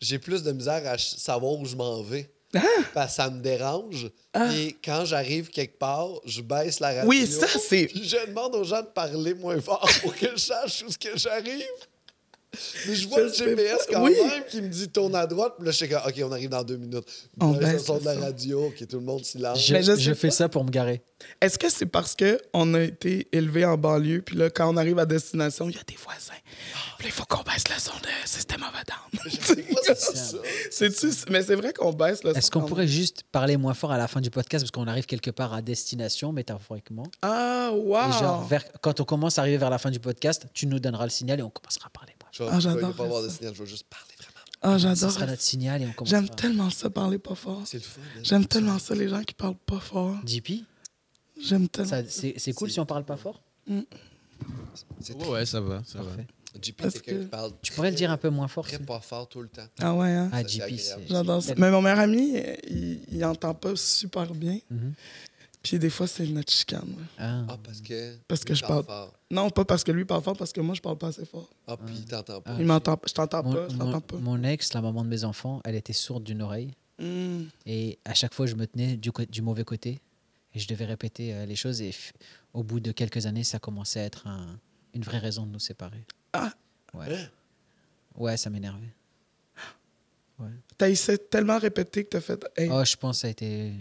Speaker 2: j'ai plus de misère à ch- savoir où je m'en vais.
Speaker 1: Hein?
Speaker 2: Parce que ça me dérange. Puis quand j'arrive quelque part, je baisse la radio.
Speaker 1: Ah. Oui, ça, c'est-
Speaker 2: Puis je demande aux gens de parler moins fort pour que je sache où ce que j'arrive. Mais je vois
Speaker 1: Je
Speaker 2: le
Speaker 1: sais
Speaker 2: GPS
Speaker 1: pas.
Speaker 2: quand
Speaker 1: Oui.
Speaker 2: même qui me dit tourne à droite. Puis là, je sais que, OK, on arrive dans deux minutes.
Speaker 1: On
Speaker 2: Là, le
Speaker 1: baisse
Speaker 2: son de
Speaker 1: le
Speaker 2: la
Speaker 1: son.
Speaker 2: radio, OK, tout le monde silence.
Speaker 3: Je,
Speaker 1: Mais je sais
Speaker 3: je fais
Speaker 1: pas.
Speaker 3: ça pour me garer.
Speaker 1: Est-ce que c'est parce que on a été élevé en banlieue, puis là, quand on arrive à destination, il y a des voisins. Puis là, il faut qu'on baisse le son de System of a Down.
Speaker 2: Pourquoi c'est ça?
Speaker 1: C'est-tu... Mais c'est vrai qu'on baisse le son.
Speaker 3: Est-ce qu'on
Speaker 1: quand
Speaker 3: pourrait juste parler moins fort à la fin du podcast parce qu'on arrive quelque part à destination, métaphoriquement
Speaker 1: même. Ah,
Speaker 3: Et genre,
Speaker 1: wow!
Speaker 3: vers- quand on commence à arriver vers la fin du podcast, tu nous donneras le signal et on commencera à parler moins fort.
Speaker 2: Je vais,
Speaker 1: Ah,
Speaker 2: je vais
Speaker 1: j'adore
Speaker 2: pas avoir
Speaker 1: ça.
Speaker 2: de signal, je vais juste parler vraiment.
Speaker 1: Ah,
Speaker 3: Ce
Speaker 1: j'adore.
Speaker 3: sera notre signal et on commencera.
Speaker 1: J'aime tellement ça, parler pas fort.
Speaker 2: C'est le fun. hein.
Speaker 1: J'aime tellement ça, les gens qui parlent pas fort.
Speaker 3: JP,
Speaker 1: J'aime tellement
Speaker 3: Mm. ça- c'est c'est cool si on parle pas fort
Speaker 2: C'est
Speaker 4: Ouais, ouais, ça va. Ça va.
Speaker 3: Parfait.
Speaker 2: très- JP,
Speaker 1: Parce
Speaker 2: c'est quelqu'un
Speaker 1: que-
Speaker 2: qui parle.
Speaker 3: Tu pourrais le dire un peu moins fort
Speaker 2: Très
Speaker 3: s'il-
Speaker 2: pas fort tout le temps.
Speaker 1: Ah ouais, hein?
Speaker 2: Ça,
Speaker 3: Ah,
Speaker 2: c'est
Speaker 3: JP,
Speaker 2: agréable.
Speaker 3: c'est. Mm-hmm.
Speaker 1: J'adore ça. Mais mon meilleur ami, euh, il, il entend pas super bien. Puis des fois, c'est notre chicane. ouais.
Speaker 3: Ah.
Speaker 2: Ah, parce que.
Speaker 1: Parce que
Speaker 2: lui
Speaker 1: je parle-
Speaker 2: fort.
Speaker 1: Non, pas parce que lui parle fort, parce que moi, je parle pas assez fort.
Speaker 2: Ah, puis il t'entend pas.
Speaker 1: Il m'entend pas. Je t'entends
Speaker 3: Mon,
Speaker 1: pas, je
Speaker 3: mon-
Speaker 1: t'entends pas.
Speaker 3: mon ex, la maman de mes enfants, elle était sourde d'une oreille.
Speaker 1: Hmm.
Speaker 3: Et à chaque fois, je me tenais du, cô- du mauvais côté. Et je devais répéter euh, les choses. Et f- au bout de quelques années, ça commençait à être un- une vraie raison de nous séparer.
Speaker 1: Ah!
Speaker 3: Ouais, ouais ça m'énervait.
Speaker 1: T'as essayé tellement répété que t'as fait. Hey,
Speaker 3: Oh, je pense que ça a été,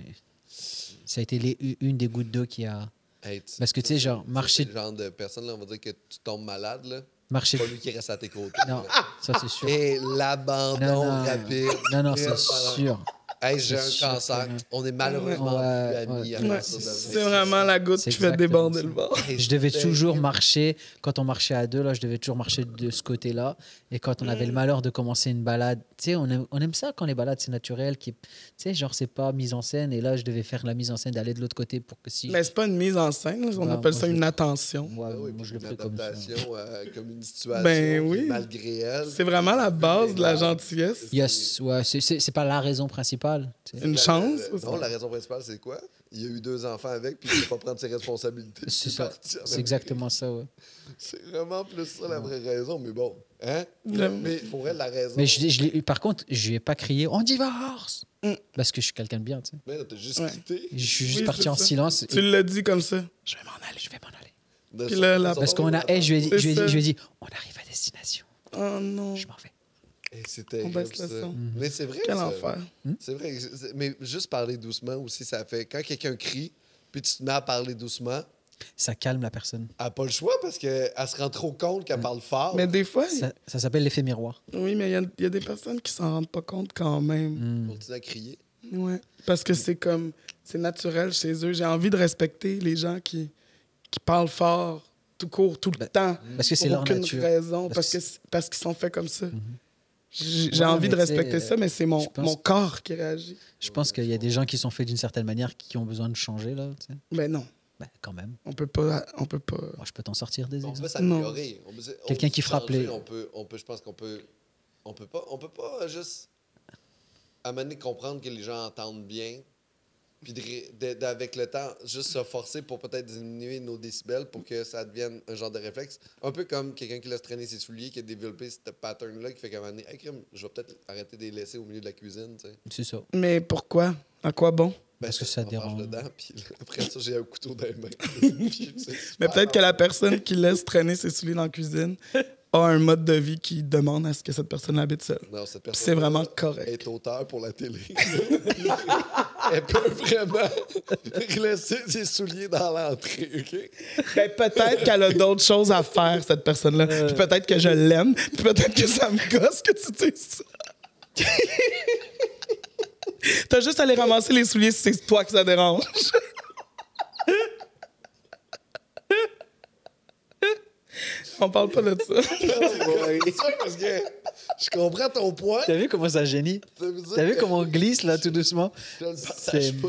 Speaker 3: ça a été les- une des gouttes d'eau qui a.
Speaker 2: Hey,
Speaker 3: Parce que, tu sais, genre,
Speaker 2: c'est
Speaker 3: marcher-
Speaker 2: le genre de personne, là, on va dire que tu tombes malade, là.
Speaker 3: marché.
Speaker 2: C'est pas lui qui reste à tes côtés.
Speaker 3: Non,
Speaker 2: là.
Speaker 3: ça c'est sûr.
Speaker 2: Et
Speaker 3: Non,
Speaker 2: l'abandon
Speaker 3: non,
Speaker 2: rapide.
Speaker 3: Non, non,
Speaker 2: Real
Speaker 3: c'est
Speaker 2: malade.
Speaker 3: sûr.
Speaker 2: Hey, j'ai
Speaker 3: C'est
Speaker 2: un
Speaker 3: sûr
Speaker 2: cancer.
Speaker 3: que non.
Speaker 2: On est malheureusement
Speaker 3: Ouais,
Speaker 2: plus amis.
Speaker 3: ouais.
Speaker 2: à
Speaker 1: ouais,
Speaker 2: partir de
Speaker 1: c'est
Speaker 2: maintenant.
Speaker 1: vraiment la goutte
Speaker 3: C'est
Speaker 1: qui fait
Speaker 3: exactement
Speaker 1: déborder
Speaker 3: ça.
Speaker 1: le bord.
Speaker 2: Hey,
Speaker 3: Je devais
Speaker 2: c'est
Speaker 3: toujours
Speaker 2: terrible.
Speaker 3: marcher, quand on marchait à deux, là, je devais toujours marcher de ce côté-là. Et quand on avait le malheur de commencer une balade, tu sais, on aime, on aime ça quand les balades, c'est naturel, qui, tu sais, genre, c'est pas mise en scène. Et là, je devais faire la mise en scène, d'aller de l'autre côté pour que si.
Speaker 1: Mais c'est pas une mise en scène, là. on
Speaker 3: Ouais,
Speaker 1: appelle
Speaker 3: moi,
Speaker 1: ça
Speaker 3: je-
Speaker 1: une attention.
Speaker 3: Moi,
Speaker 2: Ah oui,
Speaker 3: moi,
Speaker 2: puis
Speaker 3: je le
Speaker 2: une
Speaker 3: prends comme ça.
Speaker 2: adaptation, euh, comme une situation
Speaker 1: Ben
Speaker 2: qui est
Speaker 1: oui.
Speaker 2: malgré elle.
Speaker 1: C'est vraiment la base de la gentillesse.
Speaker 3: Yes, ouais, c'est- c'est c'est pas la raison principale. tu sais.
Speaker 1: Une
Speaker 2: La-
Speaker 1: chance,
Speaker 2: la-
Speaker 1: ou ça?
Speaker 2: non, la raison principale, c'est quoi? Il a eu deux enfants avec, puis il ne peut pas prendre ses responsabilités.
Speaker 3: C'est
Speaker 2: puis
Speaker 3: ça.
Speaker 2: partir
Speaker 3: C'est
Speaker 2: avec.
Speaker 3: exactement ça, ouais.
Speaker 2: C'est vraiment plus ça la vraie raison, mais bon. Hein?
Speaker 1: Le-
Speaker 2: Mais pour elle, la raison.
Speaker 3: Mais je, l'ai- je l'ai eu- par contre, je lui ai pas crié on divorce
Speaker 1: Mm.
Speaker 3: Parce que je suis quelqu'un de bien, tu sais.
Speaker 2: Mais là, t'as juste
Speaker 1: Ouais.
Speaker 2: quitté.
Speaker 3: Je suis juste
Speaker 1: Oui,
Speaker 3: parti
Speaker 1: c'est
Speaker 3: en
Speaker 1: ça.
Speaker 3: silence. et-
Speaker 1: Tu l'as dit comme ça.
Speaker 3: Je vais m'en aller, je vais m'en aller.
Speaker 2: De
Speaker 1: Puis
Speaker 2: son-
Speaker 1: là,
Speaker 2: de
Speaker 1: la-
Speaker 2: son
Speaker 3: Parce
Speaker 2: bon
Speaker 3: qu'on a.
Speaker 2: moment.
Speaker 3: eh, je lui ai dit,
Speaker 1: C'est
Speaker 3: je lui ai dit,
Speaker 1: ça.
Speaker 3: je lui ai dit, on arrive à destination,
Speaker 1: Oh non.
Speaker 3: je m'en vais.
Speaker 2: Eh, C'était.
Speaker 1: On baisse le
Speaker 2: ça.
Speaker 1: son.
Speaker 2: Mais c'est vrai.
Speaker 1: Quel
Speaker 2: ça.
Speaker 1: enfer.
Speaker 3: Hmm?
Speaker 2: C'est vrai. que c'est- Mais juste parler doucement aussi, ça fait. Quand quelqu'un crie, puis tu te mets à parler doucement,
Speaker 3: Ça calme la personne.
Speaker 2: elle n'a pas le choix parce qu'elle se rend trop compte
Speaker 3: Hmm.
Speaker 2: qu'elle parle fort.
Speaker 1: Mais des fois,
Speaker 3: Ça, ça s'appelle l'effet miroir.
Speaker 1: oui, mais il y a- il y, a des personnes qui s'en rendent pas compte quand même.
Speaker 3: Mm.
Speaker 2: continue à crier.
Speaker 1: Ouais. Parce que c'est comme. C'est naturel chez eux. J'ai envie de respecter les gens qui, qui parlent fort, tout court, tout le
Speaker 3: Ben,
Speaker 1: temps.
Speaker 3: Parce que c'est
Speaker 1: pour
Speaker 3: leur
Speaker 1: aucune
Speaker 3: nature.
Speaker 1: raison, parce
Speaker 3: Parce
Speaker 1: que
Speaker 3: que Mhm.
Speaker 1: c'est- parce qu'ils sont faits comme ça. J'ai j'ai
Speaker 3: Ouais,
Speaker 1: envie
Speaker 3: mais
Speaker 1: de
Speaker 3: tu sais,
Speaker 1: respecter ça, mais c'est mon,
Speaker 3: je pense
Speaker 1: mon
Speaker 3: que-
Speaker 1: corps qui réagit.
Speaker 3: Je pense qu'il y a des gens qui sont faits d'une certaine manière qui ont besoin de changer, là. tu sais.
Speaker 1: Mais non,
Speaker 3: Ben, quand même.
Speaker 1: on peut pas. On peut pas.
Speaker 3: Moi, je peux t'en sortir des
Speaker 2: On peut
Speaker 3: exemples.
Speaker 2: s'améliorer. On peut se- on
Speaker 3: Quelqu'un
Speaker 2: peut
Speaker 3: qui
Speaker 2: se
Speaker 3: frappe les-
Speaker 2: changer, On peut, on peut, je pense qu'on peut, on peut pas, on peut pas euh, juste amener comprendre que les gens entendent bien, puis de ré- de- de- avec le temps juste se forcer pour peut-être diminuer nos décibels pour que ça devienne un genre de réflexe. Un peu comme quelqu'un qui laisse traîner ses souliers, qui a développé ce pattern-là, qui fait qu'à un moment donné, Hey, crime, je vais peut-être arrêter de les laisser au milieu de la cuisine, tu sais.
Speaker 3: C'est ça.
Speaker 1: Mais pourquoi? À quoi bon?
Speaker 3: Parce que
Speaker 2: je-
Speaker 3: ça
Speaker 2: on marche
Speaker 3: dérange.
Speaker 2: dedans, puis après ça, j'ai un couteau dans les mains. Puis c'est
Speaker 1: Mais
Speaker 2: super
Speaker 1: peut-être que la personne qui laisse traîner ses souliers dans la cuisine a un mode de vie qui demande à ce que cette personne habite seule.
Speaker 2: Non, cette
Speaker 1: Puis
Speaker 2: personne
Speaker 1: c'est vraiment correct.
Speaker 2: est auteur pour la télé. Elle peut vraiment laisser ses souliers dans l'entrée, OK?
Speaker 1: Ben, peut-être qu'elle a d'autres choses à faire, cette personne-là. Puis peut-être que je l'aime. Puis peut-être que ça me gosse que tu dises ça. T'as juste à aller ramasser les souliers si c'est toi que ça dérange. On parle pas de ça.
Speaker 2: C'est ça, parce que je comprends ton point.
Speaker 3: T'as vu comment ça génie
Speaker 2: Ça veut dire
Speaker 3: T'as vu
Speaker 2: que
Speaker 3: comment on glisse, là, tout doucement
Speaker 2: je le partage
Speaker 3: C'est
Speaker 2: pas du tout,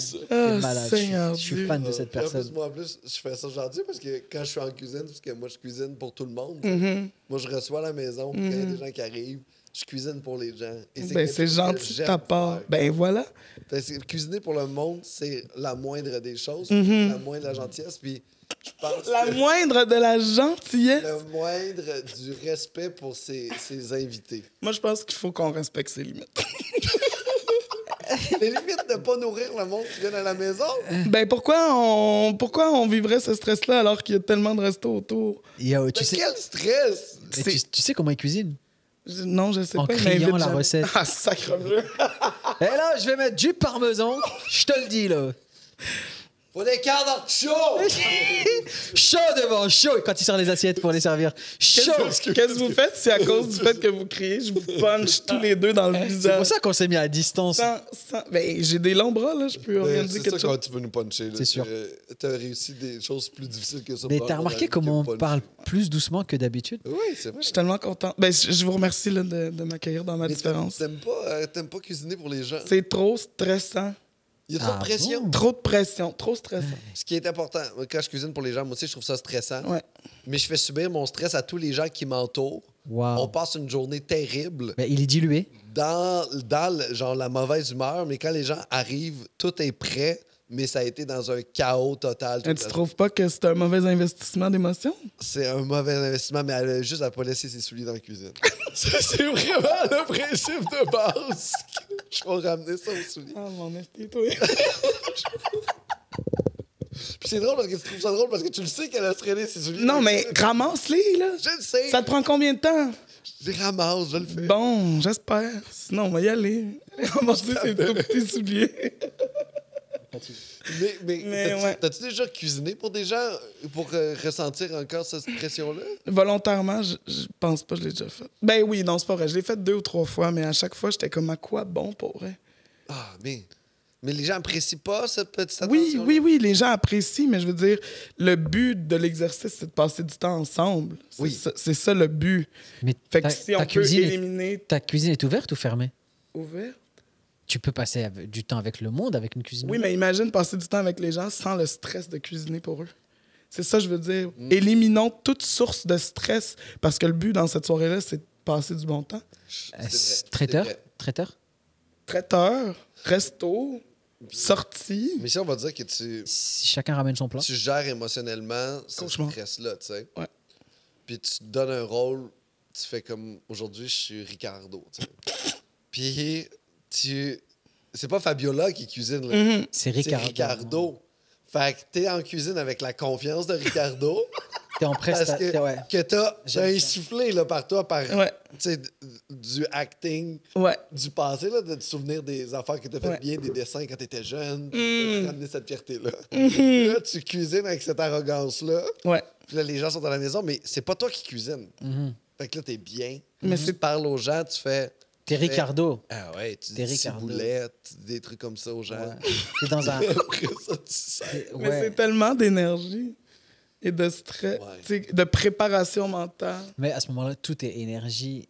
Speaker 2: ça.
Speaker 3: C'est
Speaker 1: Ah,
Speaker 3: malade. Je suis-
Speaker 1: Seigneur
Speaker 3: Je suis
Speaker 1: Dieu.
Speaker 3: fan de
Speaker 2: Puis
Speaker 3: cette
Speaker 2: Euh, en plus,
Speaker 3: personne.
Speaker 2: moi, en plus, je fais ça aujourd'hui parce que quand je suis en cuisine, parce que moi, je cuisine pour tout le monde.
Speaker 1: Mm-hmm.
Speaker 2: Moi, je reçois à la maison, puis quand il y a des gens qui arrivent, je cuisine pour les gens. Et
Speaker 1: Ben,
Speaker 2: quelque
Speaker 1: c'est
Speaker 2: chose que
Speaker 1: gentil de
Speaker 2: j'aime
Speaker 1: ta part.
Speaker 2: faire.
Speaker 1: Ben voilà.
Speaker 2: Fait que c'est- cuisiner pour le monde, c'est la moindre des choses, la moindre de la gentillesse. Puis je pense
Speaker 1: Mm-hmm. La
Speaker 2: que
Speaker 1: moindre de la gentillesse.
Speaker 2: le moindre du respect pour ses, ses invités.
Speaker 1: Moi, je pense qu'il faut qu'on respecte ses limites.
Speaker 2: Les limites de pas nourrir le monde qui vient à la maison.
Speaker 1: Ben pourquoi on, pourquoi on vivrait ce stress-là alors qu'il y a tellement de restos autour?
Speaker 3: Yo,
Speaker 2: De
Speaker 3: tu, sais,
Speaker 2: Quel stress!
Speaker 3: mais tu, tu sais comment ils cuisinent
Speaker 1: Je- non, je sais
Speaker 3: En
Speaker 1: pas. il
Speaker 3: criant
Speaker 1: m'invite
Speaker 3: la
Speaker 1: jamais.
Speaker 3: recette.
Speaker 1: Ah, sacre-bleu.
Speaker 3: Et Eh là, je vais mettre du parmesan, je te le dis, là.
Speaker 2: Faut des quarts d'heure chaud!
Speaker 3: chaud devant, chaud. Et Quand il sort les assiettes pour les servir, chaud.
Speaker 1: Qu'est-ce que- qu'est-ce que vous faites si à cause du fait que vous criez, je vous punch tous les deux dans le
Speaker 3: Hein, C'est pour
Speaker 1: visage?
Speaker 3: ça qu'on s'est mis à distance.
Speaker 1: Sans- sans- Ben, j'ai des longs bras, là. Je peux
Speaker 2: Euh,
Speaker 1: organiser
Speaker 2: C'est ça
Speaker 1: quelque chose.
Speaker 2: quand tu veux nous puncher. là.
Speaker 3: C'est sûr.
Speaker 2: Euh, T'as réussi des choses plus difficiles que ça.
Speaker 3: Mais
Speaker 2: pour
Speaker 3: t'as
Speaker 2: avoir
Speaker 3: remarqué
Speaker 2: envie de
Speaker 3: comment on
Speaker 2: puncher.
Speaker 3: parle plus doucement que d'habitude
Speaker 2: Oui, c'est vrai.
Speaker 1: Je suis tellement content. Ben, je je vous remercie là, de, de m'accueillir dans ma
Speaker 2: Mais
Speaker 1: différence.
Speaker 2: T'aimes pas, euh, t'aimes pas cuisiner pour les gens.
Speaker 1: C'est trop stressant.
Speaker 2: Il y a trop
Speaker 3: Ah
Speaker 2: de pression.
Speaker 3: bon?
Speaker 1: Trop de pression. Trop stressant.
Speaker 2: Ce qui est important, quand je cuisine pour les gens, moi aussi, je trouve ça stressant.
Speaker 1: Ouais.
Speaker 2: mais je fais subir mon stress à tous les gens qui m'entourent.
Speaker 3: Waouh.
Speaker 2: On passe une journée terrible
Speaker 3: Ben, il est dilué.
Speaker 2: dans, dans le- genre, la mauvaise humeur, mais quand les gens arrivent, tout est prêt. mais ça a été dans un chaos total.
Speaker 1: Mais
Speaker 2: toute
Speaker 1: tu
Speaker 2: la-
Speaker 1: trouves pas que c'est un mauvais investissement d'émotion?
Speaker 2: C'est un mauvais investissement, mais elle a juste à pas laisser ses souliers dans la cuisine. Ça, c'est vraiment le principe de base. Je vais ramener ça aux souliers.
Speaker 1: Ah, mon esti, toi.
Speaker 2: Puis c'est drôle parce que tu trouves ça drôle parce que tu le sais qu'elle a traîné ses souliers. dans
Speaker 1: non,
Speaker 2: la
Speaker 1: mais
Speaker 2: cuisine.
Speaker 1: ramasse-les, là.
Speaker 2: Je le sais.
Speaker 1: Ça te prend combien de temps?
Speaker 2: Je les ramasse, je le fais.
Speaker 1: Bon, j'espère. Sinon, on va y aller. Ramasser ces tout petits souliers.
Speaker 2: Mais, mais,
Speaker 1: Mais
Speaker 2: t'as-tu,
Speaker 1: ouais.
Speaker 2: t'as-tu déjà cuisiné pour des gens pour euh, ressentir encore cette pression-là?
Speaker 1: Volontairement, je, je pense pas que je l'ai déjà fait. Ben oui, non, c'est pas vrai. Je l'ai fait deux ou trois fois, mais à chaque fois, j'étais comme à quoi bon pour vrai?
Speaker 2: Ah, mais. Mais les gens apprécient pas cette petite
Speaker 1: Oui,
Speaker 2: attention-là?
Speaker 1: oui, oui, les gens apprécient, mais je veux dire, le but de l'exercice, c'est de passer du temps ensemble. C'est
Speaker 2: Oui.
Speaker 1: ça- C'est ça le but.
Speaker 3: Mais
Speaker 1: Fait que
Speaker 3: ta,
Speaker 1: si on
Speaker 3: ta
Speaker 1: peut
Speaker 3: cuisine est,
Speaker 1: éliminer
Speaker 3: ta cuisine est ouverte ou fermée
Speaker 1: ouvert.
Speaker 3: Tu peux passer avec- du temps avec le monde avec une cuisine
Speaker 1: Oui,
Speaker 3: ouverte.
Speaker 1: mais imagine passer du temps avec les gens sans le stress de cuisiner pour eux. C'est ça, que je veux dire. Éliminons toute source de stress parce que le but dans cette soirée-là, c'est de passer du bon temps.
Speaker 2: C'est
Speaker 3: Euh,
Speaker 2: vrai, c'est
Speaker 3: traiteur
Speaker 2: vrai.
Speaker 3: Traiteur
Speaker 1: Traiteur, resto, sortie.
Speaker 2: Mais si on va dire que tu,
Speaker 3: Si chacun ramène son plat.
Speaker 2: tu gères émotionnellement ce
Speaker 1: Cauchemar.
Speaker 2: stress-là, tu sais.
Speaker 1: Ouais.
Speaker 2: Puis tu te donnes un rôle, tu fais comme aujourd'hui, je suis Ricardo, tu sais. Puis tu. C'est pas Fabiola qui cuisine, là.
Speaker 1: Mhm.
Speaker 3: C'est
Speaker 2: C'est
Speaker 3: Ricardo.
Speaker 2: Ricardo. Fait que t'es en cuisine avec la confiance de Ricardo.
Speaker 3: T'es en
Speaker 2: Parce
Speaker 3: presta-
Speaker 2: que,
Speaker 3: t'es- ouais.
Speaker 2: que t'as
Speaker 3: J'aime
Speaker 2: t'as
Speaker 3: ça.
Speaker 2: insufflé là, par toi, par
Speaker 1: Ouais.
Speaker 2: tu sais, d- du acting,
Speaker 1: Ouais.
Speaker 2: du passé, là, de te souvenir des affaires que t'as fait
Speaker 1: Ouais.
Speaker 2: bien, des dessins quand t'étais jeune,
Speaker 1: Mm. Mm-hmm.
Speaker 2: puis de ramener cette fierté-là. Là, tu cuisines avec cette arrogance-là.
Speaker 1: Ouais.
Speaker 2: Puis là, les gens sont à la maison, mais c'est pas toi qui cuisine.
Speaker 3: Mhm.
Speaker 2: Fait que là, t'es bien.
Speaker 1: Mais
Speaker 2: tu
Speaker 1: c'est-
Speaker 2: parles aux gens, tu fais... tu
Speaker 3: T'es
Speaker 2: fais,
Speaker 3: Ricardo.
Speaker 2: Ah ouais, tu
Speaker 3: T'es
Speaker 2: dis
Speaker 3: Ricardo.
Speaker 2: ciboulette, des trucs comme ça aux gens.
Speaker 3: Ouais. T'es dans un.
Speaker 2: Après ça, tu sors.
Speaker 3: t'es-
Speaker 1: Mais
Speaker 3: ouais.
Speaker 1: c'est tellement d'énergie et de stress,
Speaker 2: Ouais.
Speaker 1: tu sais, de préparation mentale.
Speaker 3: Mais à ce moment-là, tout est énergie.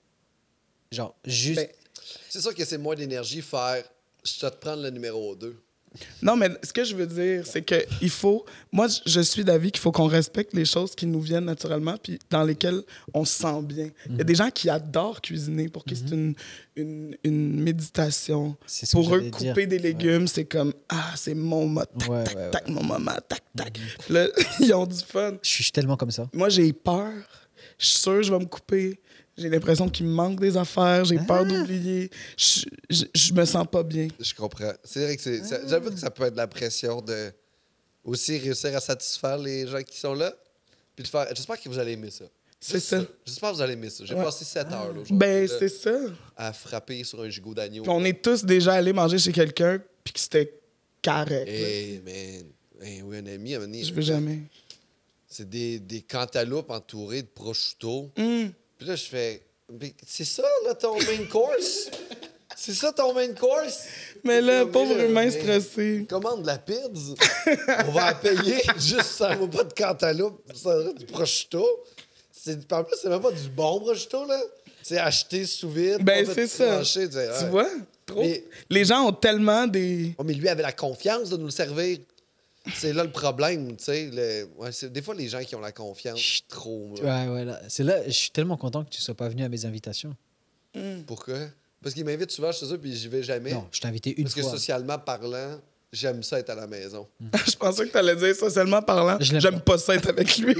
Speaker 3: Genre, juste.
Speaker 1: Ben,
Speaker 2: C'est sûr que c'est moins d'énergie faire « je vais te prendre le numéro 2
Speaker 1: Non, mais ce que je veux dire, c'est que il faut. Moi, je- je suis d'avis qu'il faut qu'on respecte les choses qui nous viennent naturellement, puis dans lesquelles on se sent bien. Il
Speaker 3: Mhm.
Speaker 1: y a des gens qui adorent cuisiner, pour qui c'est une, une, une méditation.
Speaker 3: C'est ce que
Speaker 1: Pour eux,
Speaker 3: j'allais
Speaker 1: couper
Speaker 3: dire.
Speaker 1: des légumes, c'est comme ah, c'est mon moment, tac,
Speaker 3: Ouais,
Speaker 1: tac,
Speaker 3: ouais, ouais. Mhm.
Speaker 1: tac, mon moment, tac, tac. Là, ils ont du fun.
Speaker 3: Je suis tellement comme ça.
Speaker 1: Moi, j'ai peur. Je suis sûr que je vais me couper. J'ai l'impression qu'il me manque des affaires. J'ai
Speaker 3: Ah.
Speaker 1: peur d'oublier. Je, je, je me sens pas bien. ».
Speaker 2: Je comprends. C'est vrai que c'est...
Speaker 1: Ah.
Speaker 2: ça- J'avoue que ça peut être de la pression de aussi réussir à satisfaire les gens qui sont là. Puis de faire... J'espère que vous allez aimer ça.
Speaker 1: C'est ça.
Speaker 2: J'espère que vous allez aimer ça. J'ai
Speaker 1: Ouais.
Speaker 2: passé 7 heures là, aujourd'hui
Speaker 1: Ben,
Speaker 2: là,
Speaker 1: c'est ça.
Speaker 2: à frapper sur un gigot d'agneau.
Speaker 1: Puis on est tous déjà allés manger chez quelqu'un, puis que c'était carré.
Speaker 2: Hey, Eh, man. Hey, oui, un ami, un ami. hein.
Speaker 1: Je veux jamais.
Speaker 2: C'est des, des cantaloupes entourées de prosciutto.
Speaker 1: Hum.
Speaker 2: Puis là, je fais... Mais C'est ça, là, ton main course? C'est ça, ton main course?
Speaker 1: Mais là,
Speaker 2: Mais
Speaker 1: pauvre
Speaker 2: là,
Speaker 1: humain
Speaker 2: mais-
Speaker 1: stressé.
Speaker 2: Commande la pizza. On va la payer juste ça va pas de cantaloupe, ça va du prosciutto. C'est en plus c'est même pas du bon prosciutto là. C'est acheté sous vide.
Speaker 1: Ben,
Speaker 2: pas fait
Speaker 1: c'est ça.
Speaker 2: trancher, tu sais,
Speaker 1: Tu
Speaker 2: ouais.
Speaker 1: vois? Trop.
Speaker 2: Mais-
Speaker 1: Les gens ont tellement des.
Speaker 2: Oh, mais lui avait la confiance de nous le servir. C'est là le problème, tu sais. le- ouais, c'est- des fois les gens qui ont la confiance
Speaker 3: Chut.
Speaker 2: trop. là.
Speaker 3: Ouais, ouais, là. C'est là, je suis tellement content que tu sois pas venu à mes invitations.
Speaker 1: Hum.
Speaker 2: Pourquoi Parce qu'ils m'invitent souvent chez eux puis j'y vais jamais.
Speaker 3: Non, je t'ai invité une
Speaker 2: Parce que
Speaker 3: fois.
Speaker 2: socialement parlant, j'aime ça être à la maison.
Speaker 1: je pensais que t'allais dire ça seulement parlant.
Speaker 3: Je l'aime
Speaker 1: J'aime pas ça être avec lui.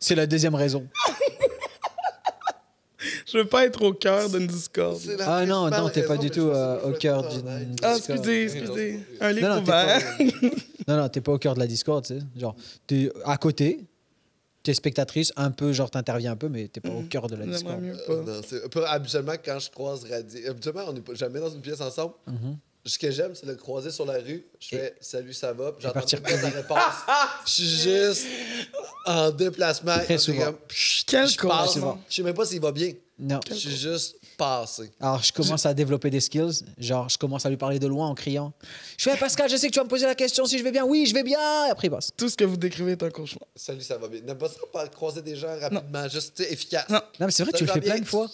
Speaker 3: C'est la deuxième raison.
Speaker 1: je veux pas être au cœur d'une discorde.
Speaker 2: C'est la
Speaker 3: Ah non,
Speaker 2: principale
Speaker 3: non, t'es pas
Speaker 2: raison,
Speaker 3: du
Speaker 2: mais je
Speaker 3: tout
Speaker 2: sais
Speaker 3: euh,
Speaker 2: pas, je
Speaker 3: au
Speaker 2: vais
Speaker 3: cœur
Speaker 2: être
Speaker 3: d'une.
Speaker 2: honnête.
Speaker 1: Ah,
Speaker 3: discorde.
Speaker 1: excusez, excusez. Un
Speaker 3: Non,
Speaker 1: livre
Speaker 3: non, t'es
Speaker 1: ouvert.
Speaker 3: pas, non, non, t'es pas au cœur de la discorde, tu sais. Genre, t'es à côté, t'es spectatrice, un peu, genre, t'interviens un peu, mais t'es pas au cœur de la
Speaker 1: J'aimerais
Speaker 3: discorde.
Speaker 1: Mhm. mieux
Speaker 2: Euh,
Speaker 1: pas.
Speaker 2: non, c'est- peu- habituellement, quand je croise Radis, habituellement, on n'est pas- jamais dans une pièce ensemble.
Speaker 3: Mm-hmm.
Speaker 2: Ce que j'aime, c'est le croiser sur la rue. Je fais salut, ça va. Puis j'entends
Speaker 3: partir
Speaker 2: pas sa réponse. Je suis juste en déplacement.
Speaker 3: Très
Speaker 2: Je suis
Speaker 3: souvent.
Speaker 2: comme, pff,
Speaker 1: Quel
Speaker 2: je passe.
Speaker 1: con.
Speaker 2: Je sais même pas s'il va bien.
Speaker 3: Non.
Speaker 2: Je suis juste passé.
Speaker 3: Alors, je commence à développer des skills. Genre, je commence à lui parler de loin en criant. Je fais, Pascal, je sais que tu vas me poser la question si je vais bien. Oui, je vais bien. Et après, il passe.
Speaker 1: Tout ce que vous décrivez est un cauchemar.
Speaker 2: Salut, ça va bien. N'aime pas ça, pas croiser des gens rapidement, juste tu sais, efficace.
Speaker 1: Non.
Speaker 3: Non, mais c'est vrai,
Speaker 2: Ça
Speaker 3: tu le
Speaker 2: va
Speaker 3: fais
Speaker 2: bien?
Speaker 3: plein de fois.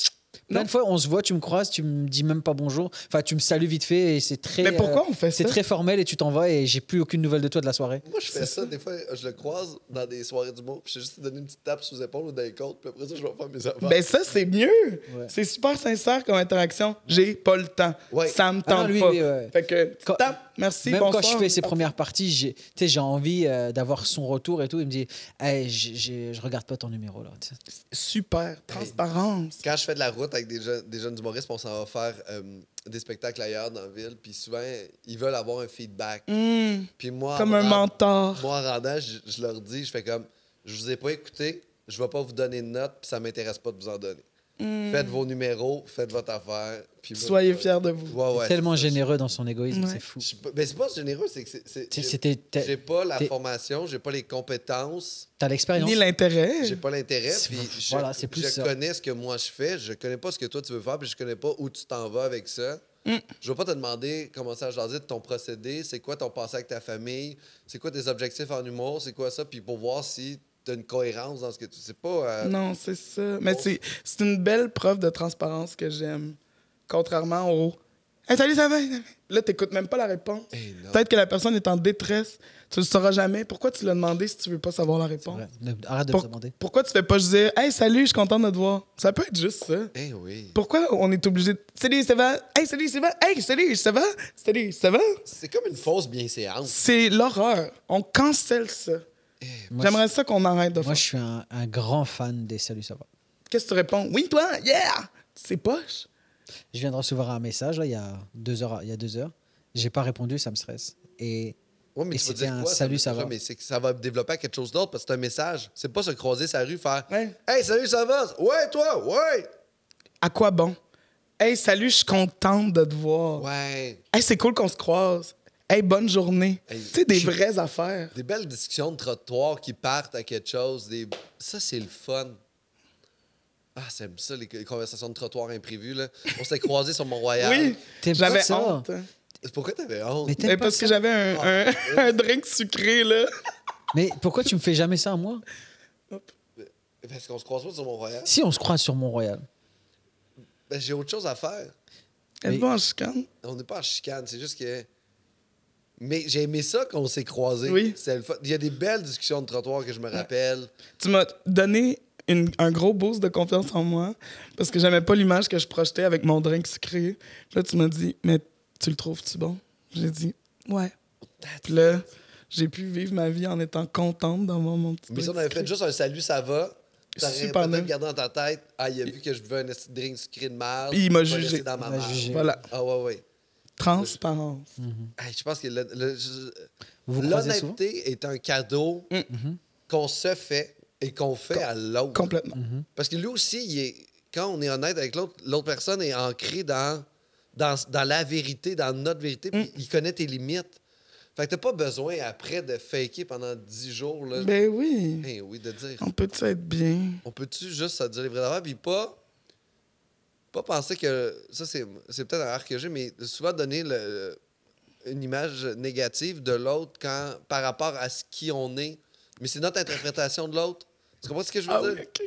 Speaker 3: Plein de fois, on se voit, tu me croises, tu me dis même pas bonjour. Enfin, tu me salues vite fait et c'est très.
Speaker 1: Mais pourquoi on fait
Speaker 3: C'est
Speaker 1: ça?
Speaker 3: très formel et tu t'en vas et j'ai plus aucune nouvelle de toi de la soirée.
Speaker 2: Moi, je fais ça. Des fois, je le croise dans des soirées du monde. Puis je vais juste lui donner une petite tape sous l'épaule ou dans les côtes. Puis après ça, je vais faire mes affaires.
Speaker 1: Ben ça, c'est mieux. C'est super sincère comme interaction. J'ai pas le temps.
Speaker 2: Ouais.
Speaker 1: Ça me
Speaker 3: Ah non,
Speaker 1: tente
Speaker 3: lui,
Speaker 1: pas.
Speaker 3: lui, ouais.
Speaker 1: Fait que tu
Speaker 3: Quand-
Speaker 1: tapes, Merci,
Speaker 3: Même
Speaker 1: bonsoir.
Speaker 3: quand je fais ces premières parties, j'ai tu sais, j'ai envie euh, d'avoir son retour et tout. Il me dit Hey, j'ai- j'ai- Je regarde pas ton numéro là. tu sais.
Speaker 1: Super, transparence.
Speaker 2: Quand je fais de la route avec des jeunes, des jeunes humoristes, on s'en va faire euh, des spectacles ailleurs dans la ville. Puis souvent, ils veulent avoir un feedback.
Speaker 1: Hmm,
Speaker 2: Puis moi,
Speaker 1: comme un
Speaker 2: mentor.
Speaker 1: mentor.
Speaker 2: Moi, en rendant, je, je leur dis, je fais comme, je vous ai pas écouté, je vais pas vous donner de notes, puis ça m'intéresse pas de vous en donner.
Speaker 1: Hmm.
Speaker 2: Faites vos numéros, faites votre affaire. Puis moi,
Speaker 1: Soyez
Speaker 2: je-
Speaker 1: fiers de
Speaker 2: Ouais,
Speaker 1: vous.
Speaker 2: ouais, c'est
Speaker 3: Tellement
Speaker 2: ça.
Speaker 3: généreux dans son égoïsme,
Speaker 1: Ouais.
Speaker 3: c'est fou.
Speaker 2: Je suis pas- Mais c'est pas généreux, c'est que c'est- c'est.
Speaker 3: Tu sais,
Speaker 2: j'ai-
Speaker 3: c'était- T'as
Speaker 2: J'ai pas la
Speaker 3: t'es-
Speaker 2: formation, j'ai pas les compétences,
Speaker 3: t'as l'expérience.
Speaker 1: Ni l'intérêt.
Speaker 2: j'ai pas l'intérêt,
Speaker 3: C'est-
Speaker 2: puis je,
Speaker 3: voilà, c'est plus
Speaker 2: je
Speaker 3: ça.
Speaker 2: connais ce que moi je fais, je connais pas ce que toi tu veux faire, puis je connais pas où tu t'en vas avec ça.
Speaker 1: Mm.
Speaker 2: Je vais pas te demander, commencer à jaser de ton procédé, c'est quoi ton passé avec ta famille, c'est quoi tes objectifs en humour, c'est quoi ça, puis pour voir si tu as une cohérence dans ce que tu sais pas. euh,
Speaker 1: Non, c'est ça. Mais c'est c'est une belle preuve de transparence que j'aime. Contrairement au Hey, salut, ça va? ça va? Là, t'écoutes même pas la réponse.
Speaker 3: Eh
Speaker 2: hey, non.
Speaker 1: Peut-être que la personne est en détresse. Tu le sauras jamais. Pourquoi tu l'as demandé si tu veux pas savoir la
Speaker 3: C'est
Speaker 1: réponse?
Speaker 3: vrai. Ne- Arrête de
Speaker 1: Pour-
Speaker 3: me demander.
Speaker 1: Pourquoi tu fais pas juste dire Hey, salut, je suis content de te voir? Ça peut être juste ça.
Speaker 2: Eh oui.
Speaker 1: Pourquoi on est obligé de. Salut, ça va? Hey, salut, ça va? Hey, salut, ça va? Salut, ça va?
Speaker 2: C'est comme une fausse bienséance.
Speaker 1: C'est l'horreur. On cancelle ça.
Speaker 3: Moi,
Speaker 1: J'aimerais ça qu'on arrête de
Speaker 3: je- Moi,
Speaker 1: faire.
Speaker 3: je suis un, un grand fan des Salut, ça va.
Speaker 1: Qu'est-ce que tu réponds? Oui, toi? Yeah! C'est poche.
Speaker 3: Je viens de recevoir un message là, il y a deux heures. Il y a deux heures. J'ai pas répondu, ça me stresse. Et
Speaker 2: Ouais, mais
Speaker 3: Et
Speaker 2: tu
Speaker 3: c'est
Speaker 2: veux dire
Speaker 3: bien,
Speaker 2: quoi,
Speaker 3: salut, ça
Speaker 2: message-là?
Speaker 3: va.
Speaker 2: Mais c'est que ça va développer à quelque chose d'autre parce que c'est un message. C'est pas se croiser sa rue, faire
Speaker 1: Ouais.
Speaker 2: Hey, salut, ça va? Ouais, toi, ouais!
Speaker 1: À quoi bon? Hey, salut, je suis contente de te voir.
Speaker 2: Ouais.
Speaker 1: Hey, c'est cool qu'on se croise. Hey, bonne journée.
Speaker 2: Hey,
Speaker 1: tu sais, des
Speaker 2: je-
Speaker 1: vraies affaires.
Speaker 2: Des belles discussions de trottoir qui partent à quelque chose. Des... Ça, c'est le fun. Ah, c'est ça, les les conversations de trottoir imprévues. Là. On s'est croisés sur Mont-Royal.
Speaker 1: Oui,
Speaker 3: T'aimes pas
Speaker 1: j'avais
Speaker 3: ça?
Speaker 1: honte.
Speaker 2: Pourquoi t'avais honte?
Speaker 3: Mais
Speaker 1: Mais
Speaker 3: t'aimes pas
Speaker 1: parce que
Speaker 3: ça.
Speaker 1: j'avais un, un- un drink sucré, là.
Speaker 3: Mais pourquoi tu me fais jamais ça à moi
Speaker 2: Parce qu'on se croise pas sur Mont-Royal.
Speaker 3: Si on se croise sur Mont-Royal.
Speaker 2: Ben, j'ai autre chose à faire.
Speaker 1: Elle
Speaker 3: Mais-
Speaker 1: va en chicane.
Speaker 2: On n'est pas en chicane, c'est juste que. Mais j'ai aimé ça qu'on s'est croisés.
Speaker 1: Oui.
Speaker 2: C'est le fun. Il y a des belles discussions de trottoir que je me rappelle.
Speaker 1: Tu m'as donné une- un gros boost de confiance en moi parce que j'aimais pas l'image que je projetais avec mon drink sucré. Puis là, tu m'as dit, mais tu le trouves-tu bon? J'ai dit, ouais. Puis là, j'ai pu vivre ma vie en étant contente d'avoir mon petit
Speaker 2: Mais si
Speaker 1: drink
Speaker 2: on avait fait
Speaker 1: sucré.
Speaker 2: juste un salut, ça va. T'aurais
Speaker 1: Super
Speaker 2: peut-être
Speaker 1: bien.
Speaker 2: gardé dans ta tête. Ah, il a vu que je buvais un esti de drink sucré de merde.
Speaker 1: Puis il m'a
Speaker 2: Je vais
Speaker 1: jugé.
Speaker 2: rester Dans ma
Speaker 3: Il m'a
Speaker 2: marde.
Speaker 3: jugé.
Speaker 1: Voilà,
Speaker 2: Ah, ouais, ouais.
Speaker 1: transparence.
Speaker 2: Hey, je pense que le- le- je-
Speaker 3: Vous vous croisez souvent Mm. Mm-hmm.
Speaker 2: l'honnêteté est un cadeau qu'on se fait et qu'on fait à l'autre.
Speaker 1: Complètement.
Speaker 2: Parce que lui aussi, il est- quand on est honnête avec l'autre, l'autre personne est ancrée dans, dans, dans la vérité, dans notre vérité, puis
Speaker 3: Mm.
Speaker 2: il connaît tes limites. Fait que t'as pas besoin après de faker pendant 10 jours. Là.
Speaker 1: Ben oui.
Speaker 2: Eh oui, de dire.
Speaker 1: On peut-tu être bien?
Speaker 2: On peut-tu juste se dire les vraies affaires, puis pas, pas penser que. Ça, c'est c'est peut-être un arc que j'ai, mais souvent donner le- une image négative de l'autre quand par rapport à ce qui on est. Mais c'est notre interprétation de l'autre. Tu comprends ce que je veux
Speaker 1: Ah oui,
Speaker 2: dire?
Speaker 1: ok.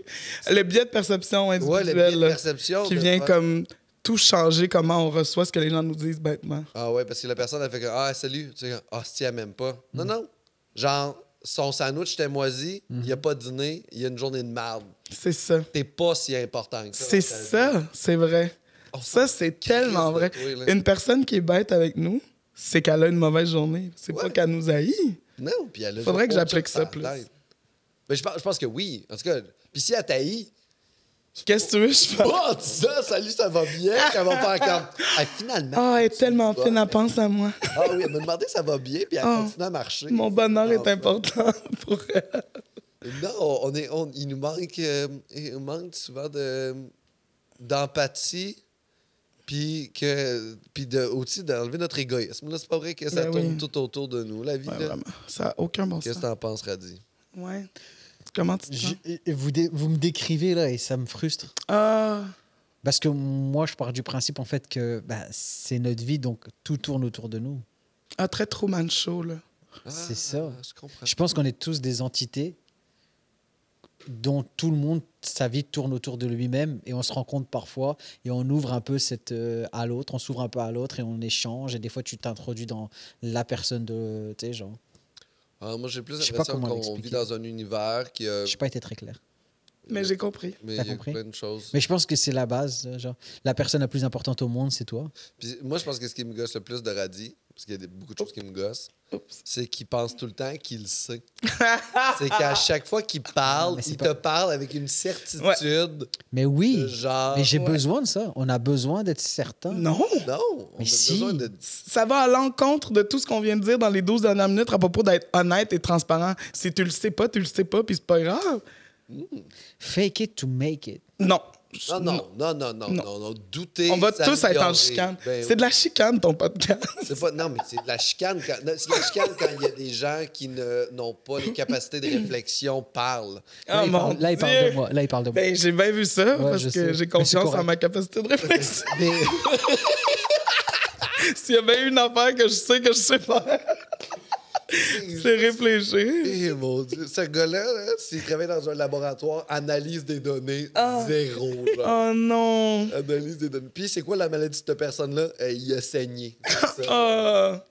Speaker 1: Le biais de perception
Speaker 2: Ouais, le
Speaker 1: individuel
Speaker 2: biais de
Speaker 1: là,
Speaker 2: perception.
Speaker 1: qui
Speaker 2: de-
Speaker 1: vient comme tout changer comment on reçoit ce que les gens nous disent bêtement.
Speaker 2: Ah ouais, parce que la personne, elle fait que Ah, salut. Tu sais, ah, si, elle m'aime pas.
Speaker 1: Mm.
Speaker 2: Non, non. Genre, son sandwich était moisi, il
Speaker 1: Mm-hmm.
Speaker 2: a pas dîné, il y a une journée de merde.
Speaker 1: C'est ça.
Speaker 2: T'es pas si important que ça.
Speaker 1: C'est
Speaker 2: dans ta vie.
Speaker 1: ça, c'est vrai.
Speaker 2: On
Speaker 1: Ça, c'est tellement
Speaker 2: de
Speaker 1: vrai.
Speaker 2: toi, là.
Speaker 1: Une personne qui est bête avec nous, c'est qu'elle a une mauvaise journée. C'est pas
Speaker 2: Ouais.
Speaker 1: qu'elle nous haït.
Speaker 2: Non, puis elle a
Speaker 1: Faudrait que
Speaker 2: autre
Speaker 1: j'applique
Speaker 2: chose
Speaker 1: ça
Speaker 2: dans la
Speaker 1: plus.
Speaker 2: tête. Mais je pense, je pense que oui. En tout cas, puis si elle taillit,
Speaker 1: Qu'est-ce que tu veux, je fais?
Speaker 2: oh, dis ça, salut, ça va bien, elle va faire comme. Ah, finalement.
Speaker 1: Ah, elle est tellement
Speaker 2: bonne.
Speaker 1: fine, elle pense à moi.
Speaker 2: Ah oui, elle m'a demandé si ça va bien, puis elle
Speaker 1: Ah.
Speaker 2: continue à marcher.
Speaker 1: Mon bonheur
Speaker 2: Ah,
Speaker 1: est important pour elle.
Speaker 2: Non, on est, on- il nous manque, euh, il nous manque souvent de, d'empathie, puis, que, puis de, aussi d'enlever notre égoïsme. Là, c'est pas vrai que ça
Speaker 1: Ben
Speaker 2: tourne
Speaker 1: oui.
Speaker 2: tout autour de nous, la vie.
Speaker 1: Ouais,
Speaker 2: là.
Speaker 1: vraiment. Ça n'a aucun bon
Speaker 2: Qu'est-ce
Speaker 1: sens.
Speaker 2: que t'en penses, Radi?
Speaker 1: Ouais. Comment tu te sens?
Speaker 3: Je- vous, dé- vous me décrivez là et ça me frustre.
Speaker 1: Ah,
Speaker 3: Parce que moi, je pars du principe en fait que bah, c'est notre vie, donc tout tourne autour de nous.
Speaker 1: un ah, très Truman Show, là.
Speaker 3: C'est ça.
Speaker 2: Ah, Je comprends.
Speaker 3: Je pense qu'on est tous des entités dont tout le monde, sa vie tourne autour de lui-même et on se rend compte parfois et on ouvre un peu cette, euh, à l'autre, on s'ouvre un peu à l'autre et on échange et des fois tu t'introduis dans la personne de... Tu sais, genre,
Speaker 2: Ah, moi, j'ai plus
Speaker 3: Je sais pas
Speaker 2: l'impression
Speaker 3: comment
Speaker 2: qu'on vit
Speaker 3: l'expliquer.
Speaker 2: dans un univers qui a.
Speaker 3: j'ai pas été très clair.
Speaker 1: Mais j'ai compris.
Speaker 2: Mais
Speaker 3: T'as
Speaker 2: il y a
Speaker 3: compris?
Speaker 2: plein de choses.
Speaker 3: Mais je pense que c'est la base. euh, Genre, la personne la plus importante au monde, c'est toi.
Speaker 2: Puis moi, je pense que ce qui me gosse le plus de Radi, parce qu'il y a des- beaucoup de choses qui me gossent,
Speaker 1: Oups.
Speaker 2: c'est qu'il pense tout le temps qu'il sait. c'est qu'à chaque fois qu'il parle,
Speaker 3: Ah, mais c'est
Speaker 2: il
Speaker 3: pas-
Speaker 2: te parle avec une certitude
Speaker 3: Mais oui,
Speaker 2: de genre.
Speaker 3: mais j'ai
Speaker 1: ouais.
Speaker 3: besoin de ça. On a besoin d'être
Speaker 2: Hein?
Speaker 3: certain.
Speaker 1: Non!
Speaker 2: Non, on
Speaker 3: Mais
Speaker 2: a
Speaker 3: si.
Speaker 2: besoin de.
Speaker 1: Ça va à l'encontre de tout ce qu'on vient de dire dans les 12 dernières minutes à propos d'être honnête et transparent. Si tu le sais pas, tu le sais pas, puis c'est pas grave.
Speaker 3: Fake it to make it.
Speaker 1: Non.
Speaker 2: Non, non, non, non, non,
Speaker 1: Non.
Speaker 2: non, non, douter.
Speaker 1: On va tous être en
Speaker 2: s'améliorer.
Speaker 1: chicane.
Speaker 2: Ben
Speaker 1: c'est de la chicane, ton podcast.
Speaker 2: C'est pas, non, mais c'est de la chicane quand, non, c'est de la chicane quand il y a des gens qui ne, n'ont pas les capacités de réflexion parlent.
Speaker 3: Là,
Speaker 1: Ah,
Speaker 3: il
Speaker 1: mon
Speaker 3: parle, là, il parle
Speaker 1: Dieu.
Speaker 3: de moi. Là, il parle de moi.
Speaker 1: Ben, j'ai bien vu ça
Speaker 3: Ouais,
Speaker 1: parce
Speaker 3: je
Speaker 1: que
Speaker 3: sais.
Speaker 1: j'ai
Speaker 3: Mais c'est
Speaker 1: confiance en
Speaker 3: correct.
Speaker 1: ma capacité de réflexion.
Speaker 2: Mais
Speaker 1: S'il y a bien une affaire que je sais que je sais pas, c'est réfléchir.
Speaker 2: Eh, mon Dieu, ce gars-là, là, s'il travaille dans un laboratoire, analyse des données,
Speaker 1: Ah.
Speaker 2: zéro. genre.
Speaker 1: Oh non.
Speaker 2: Analyse des données. Puis c'est quoi la maladie de cette personne-là? Eh, il a saigné. Ça,
Speaker 1: Oh.
Speaker 2: ah,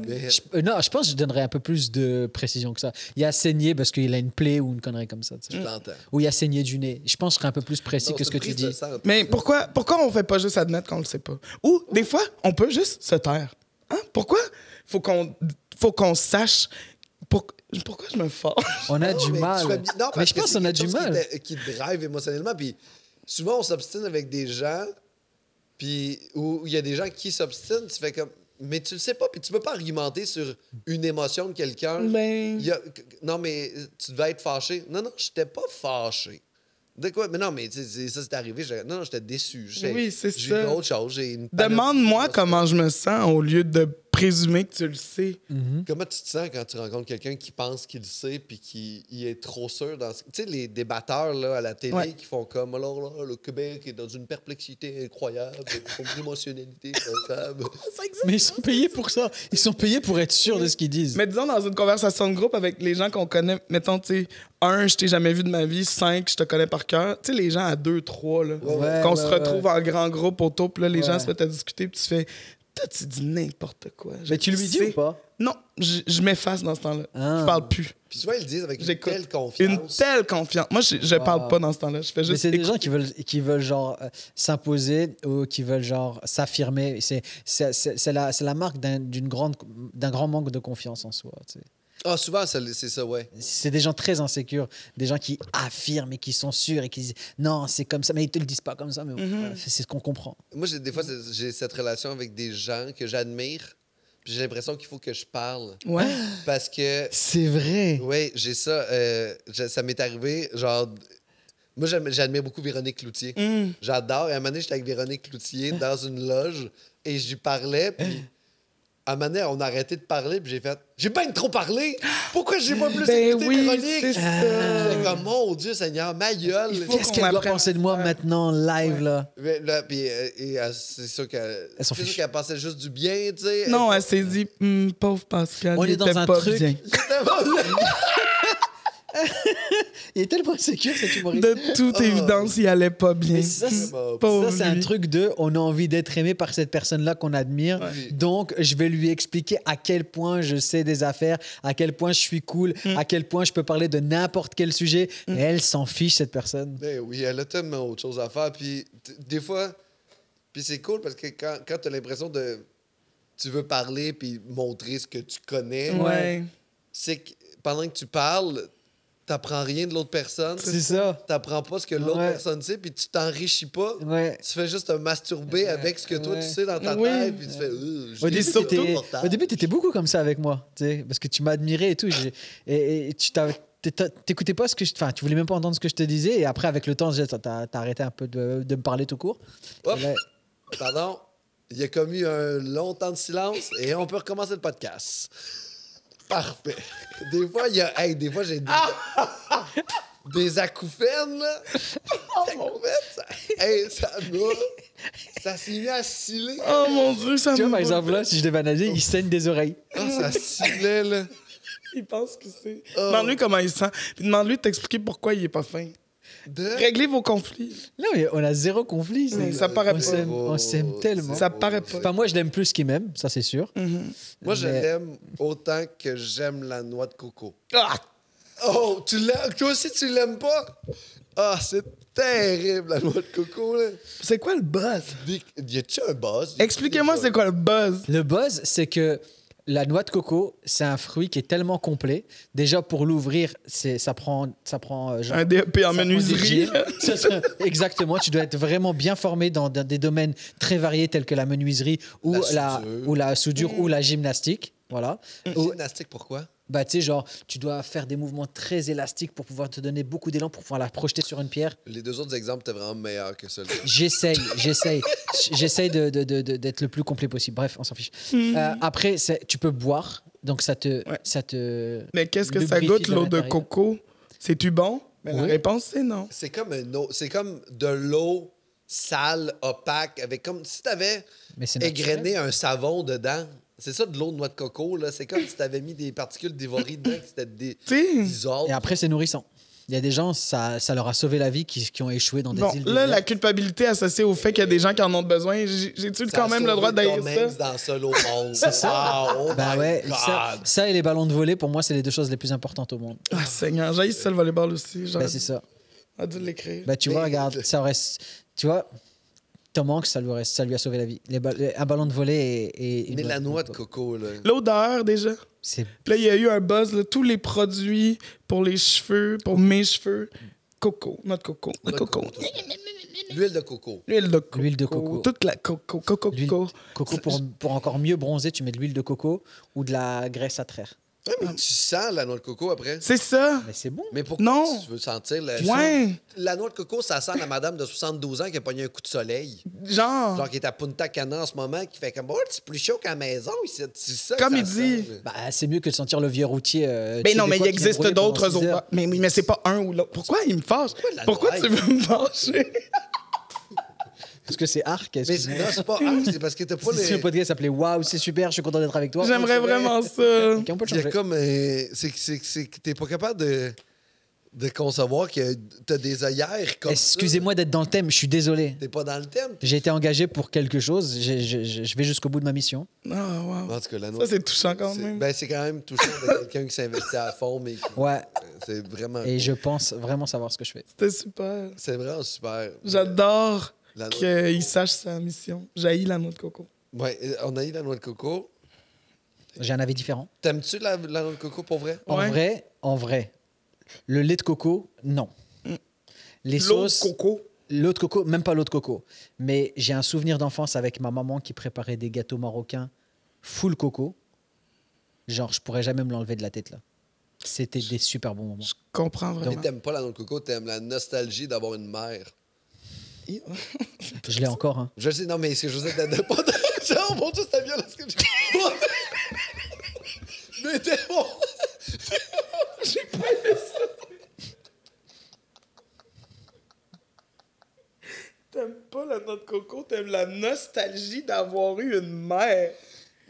Speaker 2: merde.
Speaker 3: Je- euh, non, je pense que je donnerais un peu plus de précision que ça. Il a saigné parce qu'il a une plaie ou une connerie comme ça. tu sais.
Speaker 2: Je l'entends.
Speaker 3: Ou il a saigné du nez. Je pense que je serais un peu plus précis
Speaker 2: Mm. Non, c'est
Speaker 3: que ce que
Speaker 2: une
Speaker 3: tu
Speaker 2: prise de
Speaker 3: dis.
Speaker 2: sang.
Speaker 1: Mais pourquoi, pourquoi on fait pas juste admettre qu'on le sait pas? Ou, des fois, on peut juste se taire. Hein? Pourquoi? Faut qu'on faut qu'on sache. pour- pourquoi je me force?
Speaker 3: On a
Speaker 2: euh, Non,
Speaker 3: du
Speaker 2: mais tu fais
Speaker 3: mal.
Speaker 2: bien- non,
Speaker 3: mais
Speaker 2: parce
Speaker 3: je
Speaker 2: que
Speaker 3: pense
Speaker 2: c'est
Speaker 3: qu'on a
Speaker 2: quelque
Speaker 3: du
Speaker 2: chose
Speaker 3: mal.
Speaker 2: Qui, te- qui te drive émotionnellement. Puis souvent, on s'obstine avec des gens, puis où il y a des gens qui s'obstinent, tu fais comme. Mais tu le sais pas, puis tu peux pas argumenter sur une émotion de quelqu'un.
Speaker 1: Ben.
Speaker 2: Il y a- Non, mais euh, tu devais être fâché. Non, non, j'étais pas fâché. De quoi? Mais non, mais tu sais, ça, c'est arrivé. j'ai- Non, non, j'étais déçu. J'ai-
Speaker 1: Oui, c'est
Speaker 2: J'ai eu
Speaker 1: ça.
Speaker 2: autre chose. j'ai une
Speaker 3: Bah,
Speaker 2: panoplie
Speaker 1: Demande-moi
Speaker 2: d'émotions.
Speaker 1: comment je me sens au lieu de présumer que tu le sais.
Speaker 3: Mhm.
Speaker 2: Comment tu te sens quand tu rencontres quelqu'un qui pense qu'il sait puis qui il est trop sûr dans ce- Tu sais, les débatteurs là, à la télé
Speaker 1: Ouais.
Speaker 2: qui font comme alors là, le Québec est dans une perplexité incroyable, une émotionnalité incroyable.
Speaker 3: Mais ils sont payés pour ça. Ils sont payés pour être sûrs de ce qu'ils disent.
Speaker 1: Mais disons, dans une conversation de groupe avec les gens qu'on connaît, mettons, tu sais, un, je t'ai jamais vu de ma vie, cinq, je te connais par cœur. Tu sais, les gens à deux, trois, là.
Speaker 3: Ouais,
Speaker 1: qu'on
Speaker 3: ouais,
Speaker 1: se
Speaker 3: ouais.
Speaker 1: retrouve en grand groupe autour, puis là, les
Speaker 3: Ouais.
Speaker 1: gens se mettent à discuter, puis tu fais, toi, tu dis n'importe quoi. Je
Speaker 3: Mais tu lui dis
Speaker 1: sais.
Speaker 3: ou pas
Speaker 1: Non, je, je m'efface dans ce temps-là.
Speaker 3: Ah.
Speaker 1: Je parle plus.
Speaker 2: Puis souvent ils le disent avec une
Speaker 1: J'écoute.
Speaker 2: telle confiance.
Speaker 1: Une telle confiance. Moi, je, je
Speaker 3: Wow.
Speaker 1: parle pas dans ce temps-là. Je fais
Speaker 3: Mais
Speaker 1: juste.
Speaker 3: c'est des
Speaker 1: écouter.
Speaker 3: gens qui veulent, qui veulent genre euh, s'imposer ou qui veulent genre s'affirmer. C'est, c'est, c'est- c'est la, c'est la marque d'un, d'une grande, d'un grand manque de confiance en soi. tu sais.
Speaker 2: Ah souvent ça, c'est ça ouais.
Speaker 3: C'est des gens très insécures, des gens qui affirment et qui sont sûrs et qui disent non, c'est comme ça, mais ils te le disent pas comme ça. Mais
Speaker 1: Mhm.
Speaker 3: voilà, c'est ce qu'on comprend.
Speaker 2: Moi j'ai des fois c'est- j'ai cette relation avec des gens que j'admire, puis j'ai l'impression qu'il faut que je parle
Speaker 1: Ouais.
Speaker 2: parce que
Speaker 3: C'est vrai.
Speaker 2: Oui, j'ai ça. euh, je- ça m'est arrivé, genre. Moi, j'aime- j'admire beaucoup Véronique Cloutier.
Speaker 3: Ah!
Speaker 1: Mm.
Speaker 2: J'adore. Et à un moment donné, j'étais avec Véronique Cloutier dans une loge et j'y parlais. Puis à un moment donné, on a arrêté de parler. Puis j'ai fait J'ai bien trop parlé. Pourquoi j'ai pas plus
Speaker 1: Ben
Speaker 2: écouté
Speaker 1: oui, c'est
Speaker 2: Véronique
Speaker 1: ça.
Speaker 2: J'étais comme Mon Dieu, Seigneur, ma gueule.
Speaker 1: Il faut
Speaker 3: Qu'est-ce
Speaker 1: qu'on
Speaker 3: qu'elle doit
Speaker 1: apprenne
Speaker 3: penser
Speaker 1: à
Speaker 3: de moi
Speaker 1: faire.
Speaker 3: maintenant, live là
Speaker 2: Mais là, puis, euh, et, euh, c'est sûr qu'elle
Speaker 3: Elle s'en
Speaker 2: c'est sûr
Speaker 3: fiche.
Speaker 2: qu'elle pensait juste du bien, tu sais.
Speaker 1: Non, elle s'est dit, Hum, pauvre Pascal.
Speaker 3: On
Speaker 1: il
Speaker 3: est dans
Speaker 1: était
Speaker 3: un
Speaker 1: pas
Speaker 3: truc
Speaker 1: bien.
Speaker 2: J'étais vraiment-
Speaker 3: Il est tellement insécure cet humoriste.
Speaker 1: De toute
Speaker 2: Oh.
Speaker 1: évidence, il allait pas bien.
Speaker 3: Mais ça, c'est-
Speaker 2: Vraiment
Speaker 1: Pauvre
Speaker 3: Ça, c'est un
Speaker 1: lui.
Speaker 3: truc de on a envie d'être aimé par cette personne-là qu'on admire.
Speaker 2: Ouais.
Speaker 3: Donc, je vais lui expliquer à quel point je sais des affaires, à quel point je suis cool, à quel point je peux parler de n'importe quel sujet. Mais elle s'en fiche, cette personne.
Speaker 2: Ben oui, elle a tellement autre chose à faire. Puis t- des fois, puis c'est cool parce que quand, quand t'as l'impression de. Tu veux parler puis montrer ce que tu connais,
Speaker 1: Ouais.
Speaker 2: c'est que pendant que tu parles, t'apprends rien de l'autre personne.
Speaker 3: C'est ça.
Speaker 2: T'apprends pas ce que l'autre
Speaker 3: Ouais.
Speaker 2: personne sait puis tu t'enrichis pas.
Speaker 3: Ouais.
Speaker 2: Tu fais juste te masturber avec ce que toi
Speaker 3: Ouais.
Speaker 2: tu sais dans ta
Speaker 1: Oui.
Speaker 2: tête puis tu fais. Euh,
Speaker 3: Au
Speaker 2: j'ai
Speaker 3: début,
Speaker 2: dit
Speaker 3: t'étais-
Speaker 2: confortable.
Speaker 3: au début, t'étais beaucoup comme ça avec moi, tu sais, parce que tu m'admirais et tout. j'ai- Et, et tu t'as- t'éta- t'écoutais pas ce que je. Enfin, tu voulais même pas entendre ce que je te disais. Et après, avec le temps, j'ai- t'as t'as arrêté un peu de, de me parler tout court.
Speaker 2: Hop.
Speaker 3: Et là-
Speaker 2: Pardon. Il y a comme eu un long temps de silence et on peut recommencer le podcast. Parfait. Des fois, il y a. Hey, des fois, j'ai des, des acouphènes, là.
Speaker 1: Oh,
Speaker 2: Des acouphènes, ça. Hey, ça m'a. Ça s'est mis à sciller.
Speaker 1: Oh mon Dieu, ça
Speaker 3: tu vois,
Speaker 1: me
Speaker 3: par exemple, là, si je devais analyser, il saigne des oreilles.
Speaker 2: Ah, ça scillait, là.
Speaker 1: Il pense que c'est.
Speaker 2: Oh.
Speaker 1: Demande-lui comment il se sent. Puis demande-lui de t'expliquer pourquoi il est pas fin.
Speaker 2: De...
Speaker 1: Réglez vos conflits.
Speaker 3: Non, mais on a zéro conflit. c'est-
Speaker 1: Mais ça paraît
Speaker 3: on
Speaker 1: pas.
Speaker 3: s'aime- on s'aime tellement.
Speaker 1: Ça paraît pas.
Speaker 3: Enfin, moi, je l'aime plus qu'il m'aime, ça c'est sûr.
Speaker 1: Mhm.
Speaker 2: Moi, je
Speaker 3: Mais-
Speaker 2: l'aime autant que j'aime la noix de coco.
Speaker 1: Ah!
Speaker 2: Oh, tu l'aimes. Toi aussi, tu l'aimes pas? Ah, c'est terrible, la noix de coco, là.
Speaker 1: C'est quoi le buzz?
Speaker 2: Vic, Y a-tu un buzz?
Speaker 1: Expliquez-moi c'est quoi le buzz?
Speaker 3: Le buzz, c'est que la noix de coco, c'est un fruit qui est tellement complet. Déjà, pour l'ouvrir, c'est- ça prend, ça prend euh, genre-
Speaker 1: Un DEP en
Speaker 3: ça prend des
Speaker 1: menuiserie.
Speaker 3: gigs. Ça, ça- Exactement, tu dois être vraiment bien formé dans, dans des domaines très variés tels que la menuiserie ou
Speaker 2: La
Speaker 3: la,
Speaker 2: soudure.
Speaker 3: ou la soudure ou
Speaker 1: Mm.
Speaker 3: la gymnastique. Voilà. Ou-
Speaker 2: Gymnastique, pourquoi?
Speaker 3: bah, tu sais, genre, tu dois faire des mouvements très élastiques pour pouvoir te donner beaucoup d'élan, pour pouvoir la projeter sur une pierre.
Speaker 2: Les deux autres exemples étaient vraiment meilleurs que celui-là.
Speaker 3: J'essaye, j'essaye. J'essaye de- de- de- de- d'être le plus complet possible. Bref, on s'en fiche. Euh, après, c'est- tu peux boire, donc ça te.
Speaker 1: Mhm. Ouais.
Speaker 3: Ça te...
Speaker 1: Mais qu'est-ce que
Speaker 3: Le
Speaker 1: ça
Speaker 3: briefing
Speaker 1: goûte,
Speaker 3: de
Speaker 1: l'eau de
Speaker 3: l'intérieur.
Speaker 1: coco? C'est-tu bon? Mais la
Speaker 3: Oui.
Speaker 1: réponse, c'est non.
Speaker 2: C'est comme, un eau- c'est comme de l'eau sale, opaque, avec comme si t'avais
Speaker 3: Mais c'est
Speaker 2: égrené un savon dedans. C'est ça, de l'eau de noix de coco, là. C'est comme si t'avais mis des particules dévorées dedans, que c'était des
Speaker 1: Tu sais,
Speaker 2: dissolves.
Speaker 3: Et après, c'est nourrissant. Il y a des gens, ça, ça leur a sauvé la vie qui, qui ont échoué dans des
Speaker 1: bon,
Speaker 3: îles.
Speaker 1: là, la
Speaker 3: désertes.
Speaker 1: culpabilité associée au fait qu'il y a des gens qui en ont besoin, j'ai- j'ai-tu
Speaker 2: Ça a
Speaker 1: quand même le
Speaker 2: sauvé
Speaker 1: droit
Speaker 2: Tom
Speaker 1: d'haïr
Speaker 2: Hanks
Speaker 1: ça? Ben
Speaker 2: dans Seul au monde.
Speaker 3: C'est ça.
Speaker 2: Wow, oh
Speaker 3: Bah
Speaker 2: my
Speaker 3: ouais,
Speaker 2: God.
Speaker 3: ça, ça et les ballons de volée, pour moi, c'est les deux choses les plus importantes au monde.
Speaker 1: Ah, Seigneur, j'ai ça le volleyball aussi. J'aurais
Speaker 3: Bah, c'est ça.
Speaker 1: j'aurais dû Ah, l'écrire.
Speaker 3: Bah, tu
Speaker 2: Mais-
Speaker 3: vois, regarde, ça aurait. Tu vois, Tom Hanks, ça lui, aurait- ça lui a sauvé la vie. Les ba- les- un ballon de volée et. et une
Speaker 2: Mais
Speaker 3: noix
Speaker 2: la noix de coco, là.
Speaker 1: L'odeur, déjà.
Speaker 3: C'est
Speaker 1: Puis là, il y a eu un buzz, là, tous les produits pour les cheveux, pour mes cheveux. Coco, notre coco, notre coco.
Speaker 2: L'huile de coco.
Speaker 1: L'huile de coco.
Speaker 3: L'huile de coco.
Speaker 1: Toute la coco, coco,
Speaker 3: l'huile
Speaker 1: coco.
Speaker 3: coco. Pour, pour encore mieux bronzer, tu mets de l'huile de coco ou de la graisse à traire.
Speaker 1: Ah,
Speaker 2: Ouais, mais tu sens la noix de coco après.
Speaker 1: C'est ça?
Speaker 3: Mais c'est bon.
Speaker 2: Mais pourquoi
Speaker 1: Non.
Speaker 2: tu veux sentir la...
Speaker 1: Ouais,
Speaker 2: La noix de coco, ça sent la madame de 72 ans qui a pogné un coup de soleil.
Speaker 1: genre.
Speaker 2: Genre qui est à Punta Cana en ce moment, qui fait comme, oh, c'est plus chaud qu'à la maison. ici. C'est ça que
Speaker 1: Comme
Speaker 2: ça
Speaker 1: il
Speaker 2: sent,
Speaker 1: dit.
Speaker 2: là.
Speaker 3: Bah, c'est mieux que de sentir le vieux routier. euh,
Speaker 1: Mais Ben non, mais il
Speaker 3: québécois qui vient
Speaker 1: existe
Speaker 3: brûler pendant
Speaker 1: d'autres
Speaker 3: six heures.
Speaker 1: odeurs. Mais oui, mais c'est pas un ou l'autre. Pourquoi il me fâche?
Speaker 2: la
Speaker 1: Pourquoi
Speaker 2: noix,
Speaker 1: tu
Speaker 2: il-
Speaker 1: veux me fâcher?
Speaker 3: Parce que c'est arc.
Speaker 2: Mais
Speaker 3: excuse-moi.
Speaker 2: non, c'est pas un, c'est parce que t'as pas
Speaker 3: Si le
Speaker 2: les...
Speaker 3: podcast s'appelait Waouh, c'est super, je suis content d'être avec toi.
Speaker 1: J'aimerais vraiment ça.
Speaker 3: Ok, on peut le
Speaker 2: Il y a
Speaker 3: changer.
Speaker 2: comme... euh, c'est que- c'est que- c'est que t'es pas capable de, de concevoir que t'as des œillères comme ça.
Speaker 3: Excusez-moi d'être dans le thème, je suis désolé.
Speaker 2: T'es pas dans le thème.
Speaker 3: J'ai été engagé pour quelque chose, j'ai- j'ai- j'ai- je vais jusqu'au bout de ma mission.
Speaker 1: Ah, wow.
Speaker 2: En tout cas, la noix...
Speaker 1: Ça, c'est touchant quand
Speaker 2: c'est-
Speaker 1: même.
Speaker 2: Ben, c'est quand même touchant de quelqu'un qui s'investit à fond, mais qui-
Speaker 3: Ouais,
Speaker 2: c'est vraiment...
Speaker 3: et je pense vraiment savoir ce que je fais.
Speaker 1: C'était super.
Speaker 2: C'est vraiment super.
Speaker 1: J'adore
Speaker 2: La noix de
Speaker 1: qu'il
Speaker 2: coco.
Speaker 1: sache sa mission. J'haïs la noix de coco.
Speaker 2: Ouais, euh, on a eu la noix de coco.
Speaker 3: J'ai un avis différent.
Speaker 2: T'aimes-tu la, la noix de coco pour vrai?
Speaker 3: En
Speaker 1: Ouais.
Speaker 3: vrai, en vrai, le lait de coco, non. Les
Speaker 1: L'eau de
Speaker 3: sauces,
Speaker 1: coco.
Speaker 3: l'eau de coco, même pas l'eau de coco. Mais j'ai un souvenir d'enfance avec ma maman qui préparait des gâteaux marocains full coco. Genre, je pourrais jamais me l'enlever de la tête là. C'était des super bons moments.
Speaker 1: Je comprends
Speaker 2: Mais
Speaker 1: vraiment.
Speaker 2: t'aimes pas la noix de coco, t'aimes la nostalgie d'avoir une mère.
Speaker 3: Je l'ai encore. Hein.
Speaker 2: Je sais, non, mais ce que je veux dire, t'as pas de. Oh mon dieu, c'était violent ce que j'ai. Pas de- Mais t'es bon!
Speaker 1: T'aimes pas la noix de coco, t'aimes la nostalgie d'avoir eu une mère.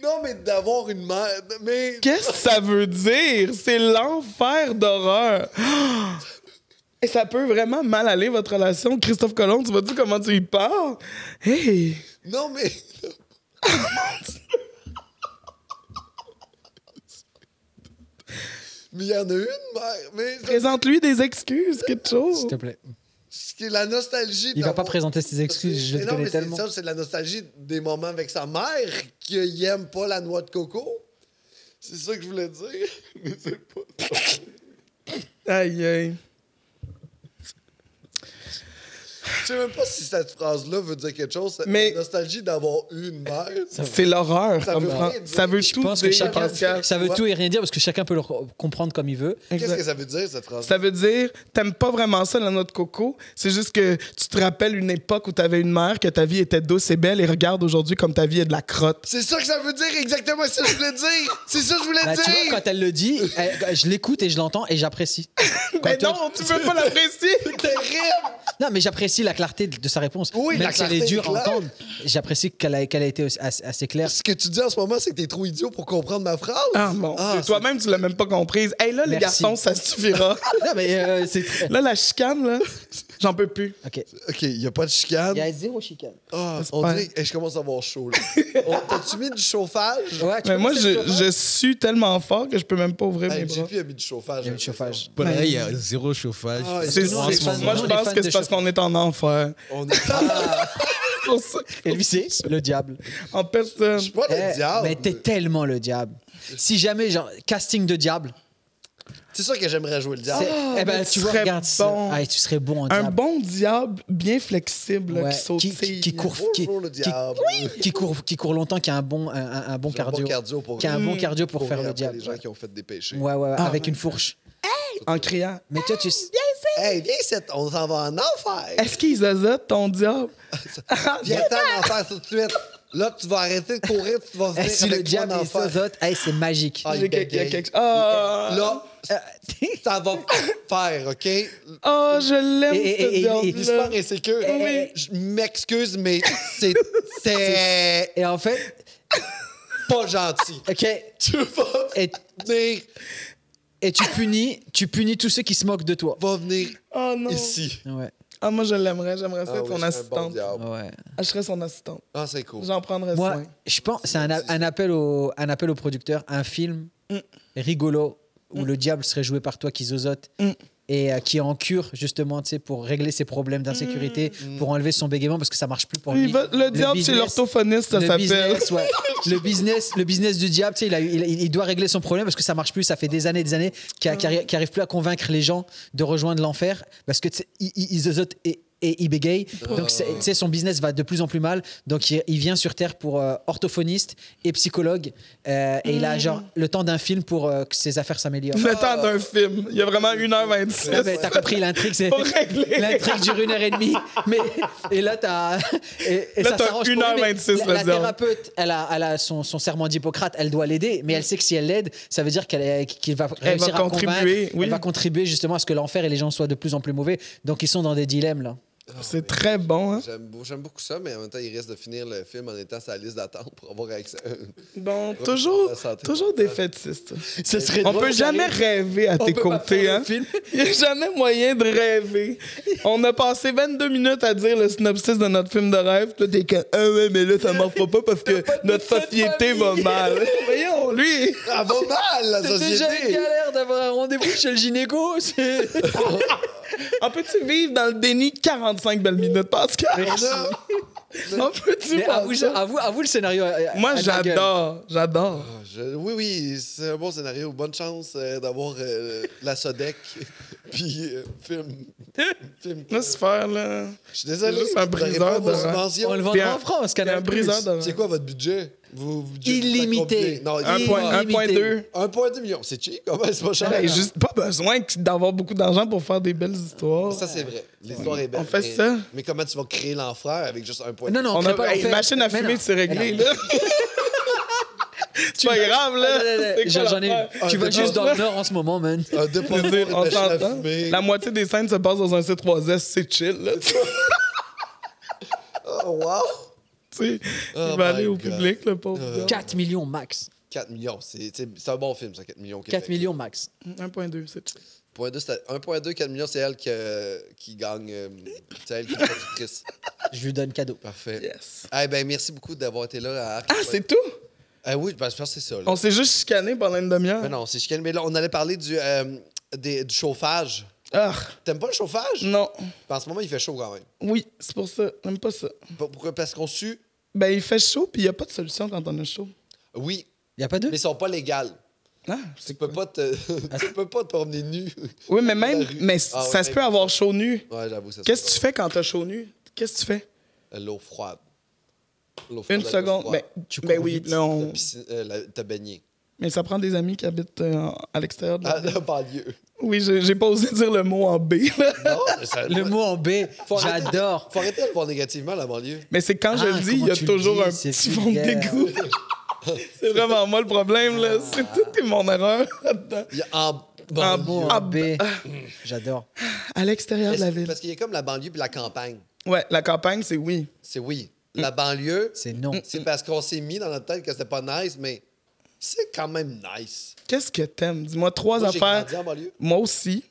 Speaker 2: Non, mais d'avoir une mère. Mais.
Speaker 1: Qu'est-ce que ça veut dire? C'est l'enfer d'horreur. Et ça peut vraiment mal aller, votre relation. Christophe Colomb, tu vas dire comment tu y parles? Hey!
Speaker 2: Non, mais. mais il y en a une mère. Mais.
Speaker 1: Présente-lui des excuses, quelque chose.
Speaker 3: S'il te plaît.
Speaker 2: Ce qui est la nostalgie.
Speaker 3: Il va pas
Speaker 2: d'avoir-
Speaker 3: présenter ses excuses, je
Speaker 2: Mais
Speaker 3: le
Speaker 2: non, mais
Speaker 3: connais
Speaker 2: c'est
Speaker 3: tellement.
Speaker 2: ça, c'est de la nostalgie des moments avec sa mère qu'il aime pas la noix de coco. C'est ça que je voulais dire. Mais c'est pas ça.
Speaker 1: Aïe, aïe.
Speaker 2: Je sais même pas si cette phrase-là veut dire quelque chose.
Speaker 1: Mais-
Speaker 2: Mais... La nostalgie d'avoir eu une mère.
Speaker 1: C'est l'horreur.
Speaker 2: Ça
Speaker 1: comme
Speaker 2: veut
Speaker 1: Fran-
Speaker 2: rien dire.
Speaker 1: Ça veut
Speaker 3: Je
Speaker 1: tout
Speaker 3: pense que
Speaker 1: dire,
Speaker 3: chacun,
Speaker 1: Pascal.
Speaker 3: ça veut tout et rien dire parce que chacun peut le re- comprendre comme il veut.
Speaker 2: Qu'est-ce
Speaker 1: Exact.
Speaker 2: que ça veut dire, cette phrase
Speaker 1: Ça veut dire, t'aimes pas vraiment ça, la noix de coco. C'est juste que tu te rappelles une époque où t'avais une mère, que ta vie était douce et belle, et regarde aujourd'hui comme ta vie est de la crotte.
Speaker 2: C'est ça que ça veut dire, exactement c'est ça que je voulais dire. C'est ça que je voulais
Speaker 3: Bah,
Speaker 2: dire.
Speaker 3: tu vois, quand elle le dit, elle- je l'écoute et je l'entends et j'apprécie.
Speaker 1: Mais
Speaker 3: Quand-
Speaker 1: non, tu peux pas l'apprécier!
Speaker 2: Terrible.
Speaker 3: Non, mais j'apprécie la clarté de de sa réponse.
Speaker 2: Oui,
Speaker 3: Même
Speaker 2: la
Speaker 3: si elle
Speaker 2: clarté
Speaker 3: est
Speaker 2: est
Speaker 3: dure à
Speaker 2: claire.
Speaker 3: entendre, j'apprécie qu'elle a, qu'elle a été aussi- assez, assez claire.
Speaker 2: Ce que tu dis en ce moment, c'est que t'es trop idiot pour comprendre ma phrase.
Speaker 1: Ah mon
Speaker 2: Ah,
Speaker 1: Dieu,
Speaker 2: c'est-
Speaker 1: toi-même, tu l'as même pas comprise. Hey, là, les
Speaker 3: Merci.
Speaker 1: garçons, ça suffira.
Speaker 3: Non, mais euh, c'est.
Speaker 1: là, la chicane, là. J'en peux plus.
Speaker 3: Ok.
Speaker 2: OK, il n'y a pas de chicane.
Speaker 3: Il y a zéro chicane.
Speaker 2: Ah,
Speaker 1: J'espère.
Speaker 2: on dirait que- hey, je commence à avoir chaud. là. On- T'as-tu mis du chauffage?
Speaker 3: Ouais, tu
Speaker 1: Mais
Speaker 3: peux
Speaker 1: moi,
Speaker 3: passer le
Speaker 1: je,
Speaker 3: chauffage
Speaker 1: je sue tellement fort que je peux même pas ouvrir mes
Speaker 2: Hey,
Speaker 1: bras.
Speaker 2: JP a mis du chauffage.
Speaker 3: Il y a du
Speaker 2: j'ai
Speaker 3: chauffage.
Speaker 4: Pas pareil, il y a zéro chauffage.
Speaker 2: Ah,
Speaker 1: C'est-
Speaker 3: Parce que nous, on est fans-
Speaker 1: Moi,
Speaker 3: nous,
Speaker 1: je
Speaker 3: on est
Speaker 1: pense
Speaker 3: fans
Speaker 1: que
Speaker 3: de
Speaker 1: c'est parce
Speaker 3: Chopin.
Speaker 1: qu'on est en enfer.
Speaker 2: l'impression. On est pas...
Speaker 1: C'est pour ça.
Speaker 3: Et lui, c'est le diable.
Speaker 1: En personne.
Speaker 2: Je suis pas
Speaker 3: Eh,
Speaker 2: le diable.
Speaker 3: Mais t'es tellement le diable. Si jamais, genre, casting de diable.
Speaker 2: C'est sûr que j'aimerais jouer le diable.
Speaker 3: c'est- eh ben,
Speaker 1: mais
Speaker 3: tu
Speaker 1: tu
Speaker 3: vois,
Speaker 1: serais
Speaker 3: regarde
Speaker 1: bon.
Speaker 3: ça. Ah, tu serais bon en
Speaker 1: Un
Speaker 3: diable.
Speaker 1: bon diable bien flexible là,
Speaker 3: Ouais,
Speaker 1: qui saute.
Speaker 3: qui, qui, qui court, qui,
Speaker 2: Bonjour, le
Speaker 3: qui-
Speaker 2: diable.
Speaker 3: qui, court, qui court longtemps, qui a un bon, un, un- un bon
Speaker 2: J'ai un bon
Speaker 3: cardio,
Speaker 2: cardio pour-
Speaker 3: qui a un bon cardio pour,
Speaker 2: Courir
Speaker 3: faire le
Speaker 2: après
Speaker 3: diable.
Speaker 2: Les gens qui ont fait des péchés.
Speaker 3: Ouais, ouais, ouais,
Speaker 1: Ah,
Speaker 3: avec
Speaker 1: ouais.
Speaker 3: une fourche.
Speaker 1: En criant.
Speaker 3: Mais toi, tu.
Speaker 2: Hey, viens, c'est- on s'en va en enfer.
Speaker 3: Eh,
Speaker 1: Est-ce qu'ils azotent ton diable?
Speaker 2: Viens en enfer tout de suite. Là, tu vas arrêter de courir, tu vas venir
Speaker 3: Eh, si
Speaker 2: avec
Speaker 3: le diable
Speaker 2: moi en
Speaker 3: et
Speaker 2: enfer.
Speaker 3: ça, autres, hey, c'est magique.
Speaker 2: Ah,
Speaker 1: J'ai
Speaker 2: il
Speaker 1: quelque- il y a
Speaker 2: bégaye.
Speaker 1: quelque- Ah!
Speaker 2: Là,
Speaker 3: Euh,
Speaker 2: ça va faire, OK?
Speaker 1: Oh, je l'aime,
Speaker 3: Et- et- et-
Speaker 1: ce
Speaker 2: Il est super
Speaker 1: diable-là.
Speaker 2: insécure.
Speaker 3: Eh.
Speaker 2: Je m'excuse, mais c'est- c'est
Speaker 3: et en fait,
Speaker 2: pas gentil.
Speaker 3: ok,
Speaker 2: Tu vas
Speaker 3: et,
Speaker 2: venir,
Speaker 3: et tu punis, tu punis tous ceux qui se moquent de toi.
Speaker 2: va venir
Speaker 1: Oh non.
Speaker 2: ici.
Speaker 3: Ouais,
Speaker 1: Ah, moi, je l'aimerais. J'aimerais ça
Speaker 2: Ah
Speaker 1: être
Speaker 2: oui,
Speaker 1: son
Speaker 2: c'est un bon
Speaker 1: assistante.
Speaker 2: diable.
Speaker 3: ouais.
Speaker 1: Ah, je serais son assistante.
Speaker 2: Ah, c'est cool.
Speaker 1: J'en prendrais
Speaker 3: Moi,
Speaker 1: soin.
Speaker 3: je pense, c'est un, a- un appel au, un appel au producteur, un film
Speaker 1: Mm.
Speaker 3: rigolo où le diable serait joué par toi qui zozote
Speaker 1: Mm.
Speaker 3: et euh, qui est en cure justement, tu sais, pour régler ses problèmes d'insécurité, pour enlever son bégaiement parce que ça marche plus pour
Speaker 1: Il
Speaker 3: lui.
Speaker 1: Mm. va- le, diable, c'est
Speaker 3: business-
Speaker 1: l'orthophoniste, ça
Speaker 3: le
Speaker 1: s'appelle.
Speaker 3: business, ouais. le business, le business du diable, tu sais, il, a eu- il, il doit régler son problème parce que ça marche plus. Ça fait des années, des années qu'il n'arrive plus à convaincre les gens de rejoindre l'enfer parce que tu sais, il- il- ils zozotent et et il bégaye. Donc, c'est- tu sais, son business va de plus en plus mal. Donc, il, il vient sur Terre pour euh, orthophoniste et psychologue. Euh, et il a genre le temps d'un film pour euh, que ses affaires s'améliorent.
Speaker 1: Le temps d'un film. Il y a vraiment 1h26.
Speaker 3: Ouais, mais t'as compris l'intrigue, c'est
Speaker 1: Pour régler.
Speaker 3: l'intrigue dure une heure et demie. Mais et là t'as et, et
Speaker 1: Là,
Speaker 3: ça
Speaker 1: t'as
Speaker 3: s'arrange pour
Speaker 1: une heure
Speaker 3: lui, mais
Speaker 1: vingt-six, hein.
Speaker 3: La, la
Speaker 1: le diable.
Speaker 3: thérapeute, elle a, elle a son, son serment d'Hippocrate, elle doit l'aider, mais elle sait que si elle l'aide, ça veut dire qu'elle est- qu'il va
Speaker 1: Elle va
Speaker 3: réussir à
Speaker 1: contribuer,
Speaker 3: convaincre,
Speaker 1: oui.
Speaker 3: elle va contribuer justement à ce que l'enfer et les gens soient de plus en plus mauvais. Donc ils sont dans des dilemmes là.
Speaker 1: C'est très bon. Hein?
Speaker 2: Ah, J'aime beau- j'aime beaucoup ça, mais en même temps, il risque de finir le film en étant sur la liste d'attente pour avoir accès.
Speaker 1: Bon, toujours,
Speaker 2: la santé
Speaker 1: toujours
Speaker 2: mentale.
Speaker 1: des fétistes.
Speaker 3: Ce serait
Speaker 1: On peut jamais rêver à tes côtés. Hein? Il n'y a jamais moyen de rêver. On a passé 22 minutes à dire le synopsis de notre film de rêve. Puis Là, t'es que, ah ouais, mais là, ça marchera pas parce que notre société va mal. Voyons, lui.
Speaker 2: Ça va mal, la
Speaker 3: C'est déjà une
Speaker 2: société!
Speaker 3: galère d'avoir un rendez-vous chez le gynéco. c'est-
Speaker 1: On peut-tu vivre dans le déni 45 belles minutes, Pascal?
Speaker 2: On a-
Speaker 1: On peut-tu
Speaker 3: Mais
Speaker 1: faire
Speaker 3: avoue,
Speaker 1: ça?
Speaker 3: avoue- avoue le scénario. euh,
Speaker 1: Moi,
Speaker 3: à ta gueule.
Speaker 1: j'adore. J'adore.
Speaker 2: Ah, je- Oui, oui, c'est un bon scénario. Bonne chance euh, d'avoir euh, la Sodec. Puis, euh, film. film
Speaker 1: Là, c'est faire, là.
Speaker 2: Je suis désolé,
Speaker 1: c'est juste un
Speaker 2: vous aurez
Speaker 1: briseur
Speaker 2: pas vos
Speaker 1: de rang.
Speaker 2: subventions.
Speaker 3: On le
Speaker 1: T'es
Speaker 3: vendra
Speaker 1: un-
Speaker 3: en France,
Speaker 1: T'es
Speaker 3: Canal+.
Speaker 1: un briseur de
Speaker 2: C'est quoi votre budget? Vos budgets,
Speaker 3: Illimité.
Speaker 2: ça compte bien. Non,
Speaker 1: Un
Speaker 2: il-
Speaker 1: point- un point
Speaker 3: Illimité.
Speaker 1: deux.
Speaker 2: 1,2 million. C'est cheap, quand même, c'est pas cher.
Speaker 1: T'as juste pas besoin que- d'avoir beaucoup d'argent pour faire des belles histoires.
Speaker 2: Ça, c'est vrai. L'histoire est belle.
Speaker 1: On fait
Speaker 2: mais-
Speaker 1: ça.
Speaker 2: Mais comment tu vas créer l'enfer avec juste un point
Speaker 3: Non, non,
Speaker 1: on
Speaker 3: crée
Speaker 1: a
Speaker 3: pas
Speaker 1: hey,
Speaker 3: l'enfer.
Speaker 1: machine à
Speaker 3: Mais
Speaker 1: fumer,
Speaker 3: non.
Speaker 1: c'est réglé,
Speaker 3: Mais non. Ah,
Speaker 1: là. c'est pas grave, là.
Speaker 3: Attends, attends,
Speaker 1: C'est quoi
Speaker 3: J'en j'en ai
Speaker 1: l'affaire?
Speaker 3: une. Tu
Speaker 2: Ah,
Speaker 3: vas
Speaker 2: t'es
Speaker 3: juste
Speaker 1: pas-
Speaker 3: dans le nord en ce moment, man.
Speaker 2: Un 2 points
Speaker 1: Je veux dire,
Speaker 2: de
Speaker 1: on
Speaker 2: machine à
Speaker 1: s'entend.
Speaker 2: fumer.
Speaker 1: La moitié des scènes se passe dans un C3S, c'est chill, là. tu
Speaker 2: Oh, wow!
Speaker 1: sais.
Speaker 2: Oh
Speaker 1: il va
Speaker 2: my
Speaker 1: aller au
Speaker 2: God.
Speaker 1: public, le pauvre.
Speaker 2: Euh,
Speaker 3: 4 millions max.
Speaker 2: 4 millions. C'est c'est- c'est un bon film, ça, 4 millions. au
Speaker 3: 4
Speaker 2: Québec.
Speaker 3: millions max.
Speaker 1: 1.2, c'est chill.
Speaker 2: 1.2, c'était- 1.2, 4 millions, c'est elle que- qui gagne. euh, c'est elle qui est productrice.
Speaker 3: Je lui donne cadeau.
Speaker 2: Parfait.
Speaker 1: Yes.
Speaker 2: Eh ben, merci beaucoup d'avoir été là. À...
Speaker 1: Ah, c'est tout?
Speaker 2: Eh oui, ben, je pense que c'est ça. là.
Speaker 1: On s'est juste chicané pendant une demi-heure.
Speaker 2: Mais non, c'est chicane. Mais là, on allait parler du, euh, des- du chauffage.
Speaker 1: Ah,
Speaker 2: T'aimes pas le chauffage? Ben,
Speaker 1: non.
Speaker 2: En ce moment, il fait chaud quand même.
Speaker 1: Oui, c'est pour ça. J'aime pas ça.
Speaker 2: P- Pourquoi? Parce qu'on sue.
Speaker 1: Ben, il fait chaud, puis il n'y a pas de solution quand on a chaud.
Speaker 2: Oui,
Speaker 3: Il n'y a pas deux
Speaker 2: mais ils sont pas légales.
Speaker 1: Ah,
Speaker 2: Tu
Speaker 1: Mm. c'est
Speaker 2: peux pas te, tu peux pas te promener nu.
Speaker 1: Oui, mais
Speaker 2: la
Speaker 1: même,
Speaker 2: rue.
Speaker 1: mais c-
Speaker 2: Ah ouais,
Speaker 1: ça se
Speaker 2: mais-
Speaker 1: peut avoir chaud nu.
Speaker 2: Ouais, j'avoue, ça
Speaker 1: Qu'est-ce que tu fais quand t'as chaud nu? Qu'est-ce que tu fais?
Speaker 2: fais? euh, L'eau froide. L'eau
Speaker 1: Une
Speaker 2: froide, la douche
Speaker 1: seconde.
Speaker 2: froide.
Speaker 1: Ben,
Speaker 3: Tu
Speaker 1: ben
Speaker 3: cours
Speaker 1: oui,
Speaker 3: vite.
Speaker 1: là, on-
Speaker 2: La piscine- euh, la- T'as baigné.
Speaker 1: mais ça prend des amis qui habitent euh, en- à l'extérieur de la
Speaker 2: Ah,
Speaker 1: ville.
Speaker 2: la banlieue.
Speaker 1: Oui, j'ai j'ai pas osé dire le mot en B. là.
Speaker 2: Non, mais ça-
Speaker 3: Le mot en B,
Speaker 2: Faut arrêter-
Speaker 3: j'adore.
Speaker 2: Faut arrêter de le voir négativement, la banlieue.
Speaker 1: Mais c'est quand je
Speaker 3: Ah,
Speaker 1: le dis, il y
Speaker 3: comment
Speaker 1: a
Speaker 3: tu le
Speaker 1: toujours
Speaker 3: dis,
Speaker 1: un
Speaker 3: c'est
Speaker 1: petit fond de
Speaker 3: vulgaire.
Speaker 1: dégoût. c'est vraiment moi le problème, là. C'est tout est mon erreur là-dedans.
Speaker 2: Il y a en
Speaker 3: Le
Speaker 2: banlieue.
Speaker 3: mot
Speaker 1: Ah,
Speaker 3: en B,
Speaker 2: bah.
Speaker 3: j'adore.
Speaker 1: À l'extérieur de la ville.
Speaker 2: Parce qu'il y a comme la banlieue puis la campagne.
Speaker 1: Ouais, la campagne, c'est oui.
Speaker 2: C'est oui.
Speaker 1: Mm.
Speaker 2: La banlieue,
Speaker 3: C'est non.
Speaker 2: c'est parce qu'on s'est mis dans notre tête que c'était pas nice, mais c'est quand même nice.
Speaker 1: Qu'est-ce que t'aimes? Dis-moi trois
Speaker 2: Moi, j'ai grandi
Speaker 1: affaires.
Speaker 2: en banlieue.
Speaker 1: Moi aussi.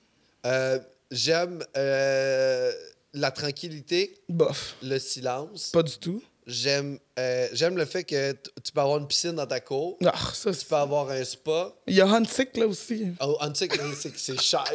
Speaker 2: Euh, J'aime euh, la tranquillité,
Speaker 1: Bof.
Speaker 2: le silence.
Speaker 1: Pas du tout.
Speaker 2: J'aime euh, j'aime le fait que t- tu peux avoir une piscine dans ta cour,
Speaker 1: Ah, ça,
Speaker 2: tu
Speaker 1: c'est-
Speaker 2: peux avoir un spa.
Speaker 1: Il y a Huntsick, là aussi.
Speaker 2: Oh, Huntsic, Huntsic, c'est cher.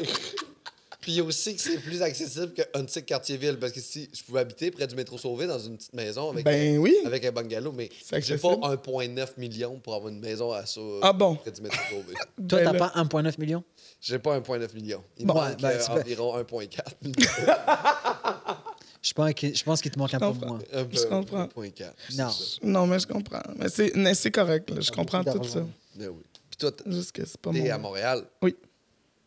Speaker 2: Puis aussi que c'est plus accessible que Huntsic quartier-ville. Parce que si je pouvais habiter près du métro Sauvé dans une petite maison avec,
Speaker 1: Ben oui.
Speaker 2: avec un bungalow, mais
Speaker 1: C'est
Speaker 2: j'ai pas
Speaker 1: accessible.
Speaker 2: 1,9 million pour avoir une maison à Sau-
Speaker 1: Ah bon?
Speaker 2: près du métro Sauvé.
Speaker 3: Toi,
Speaker 1: Ben
Speaker 3: t'as
Speaker 2: bah.
Speaker 1: là.
Speaker 3: pas 1,9 million
Speaker 2: J'ai pas 1,9 million. Il me
Speaker 3: Bon,
Speaker 2: manque
Speaker 3: ben,
Speaker 2: euh,
Speaker 3: c'est pas-
Speaker 2: environ 1,4 million.
Speaker 3: Je pense qu'il je pense qu'il te manque un peu
Speaker 1: comprends.
Speaker 3: moins.
Speaker 2: Un
Speaker 1: Je comprends.
Speaker 2: 1,4.
Speaker 3: Non.
Speaker 2: c'est ça.
Speaker 1: Non, mais je comprends. Mais c'est, mais c'est correct, là. Je
Speaker 3: Ah,
Speaker 1: comprends
Speaker 3: beaucoup
Speaker 1: tout ça.
Speaker 3: d'argent.
Speaker 2: Ben oui. Puis toi, t-
Speaker 1: Juste que c'est pas
Speaker 2: t'es à
Speaker 1: mon...
Speaker 2: Montréal,
Speaker 1: Oui,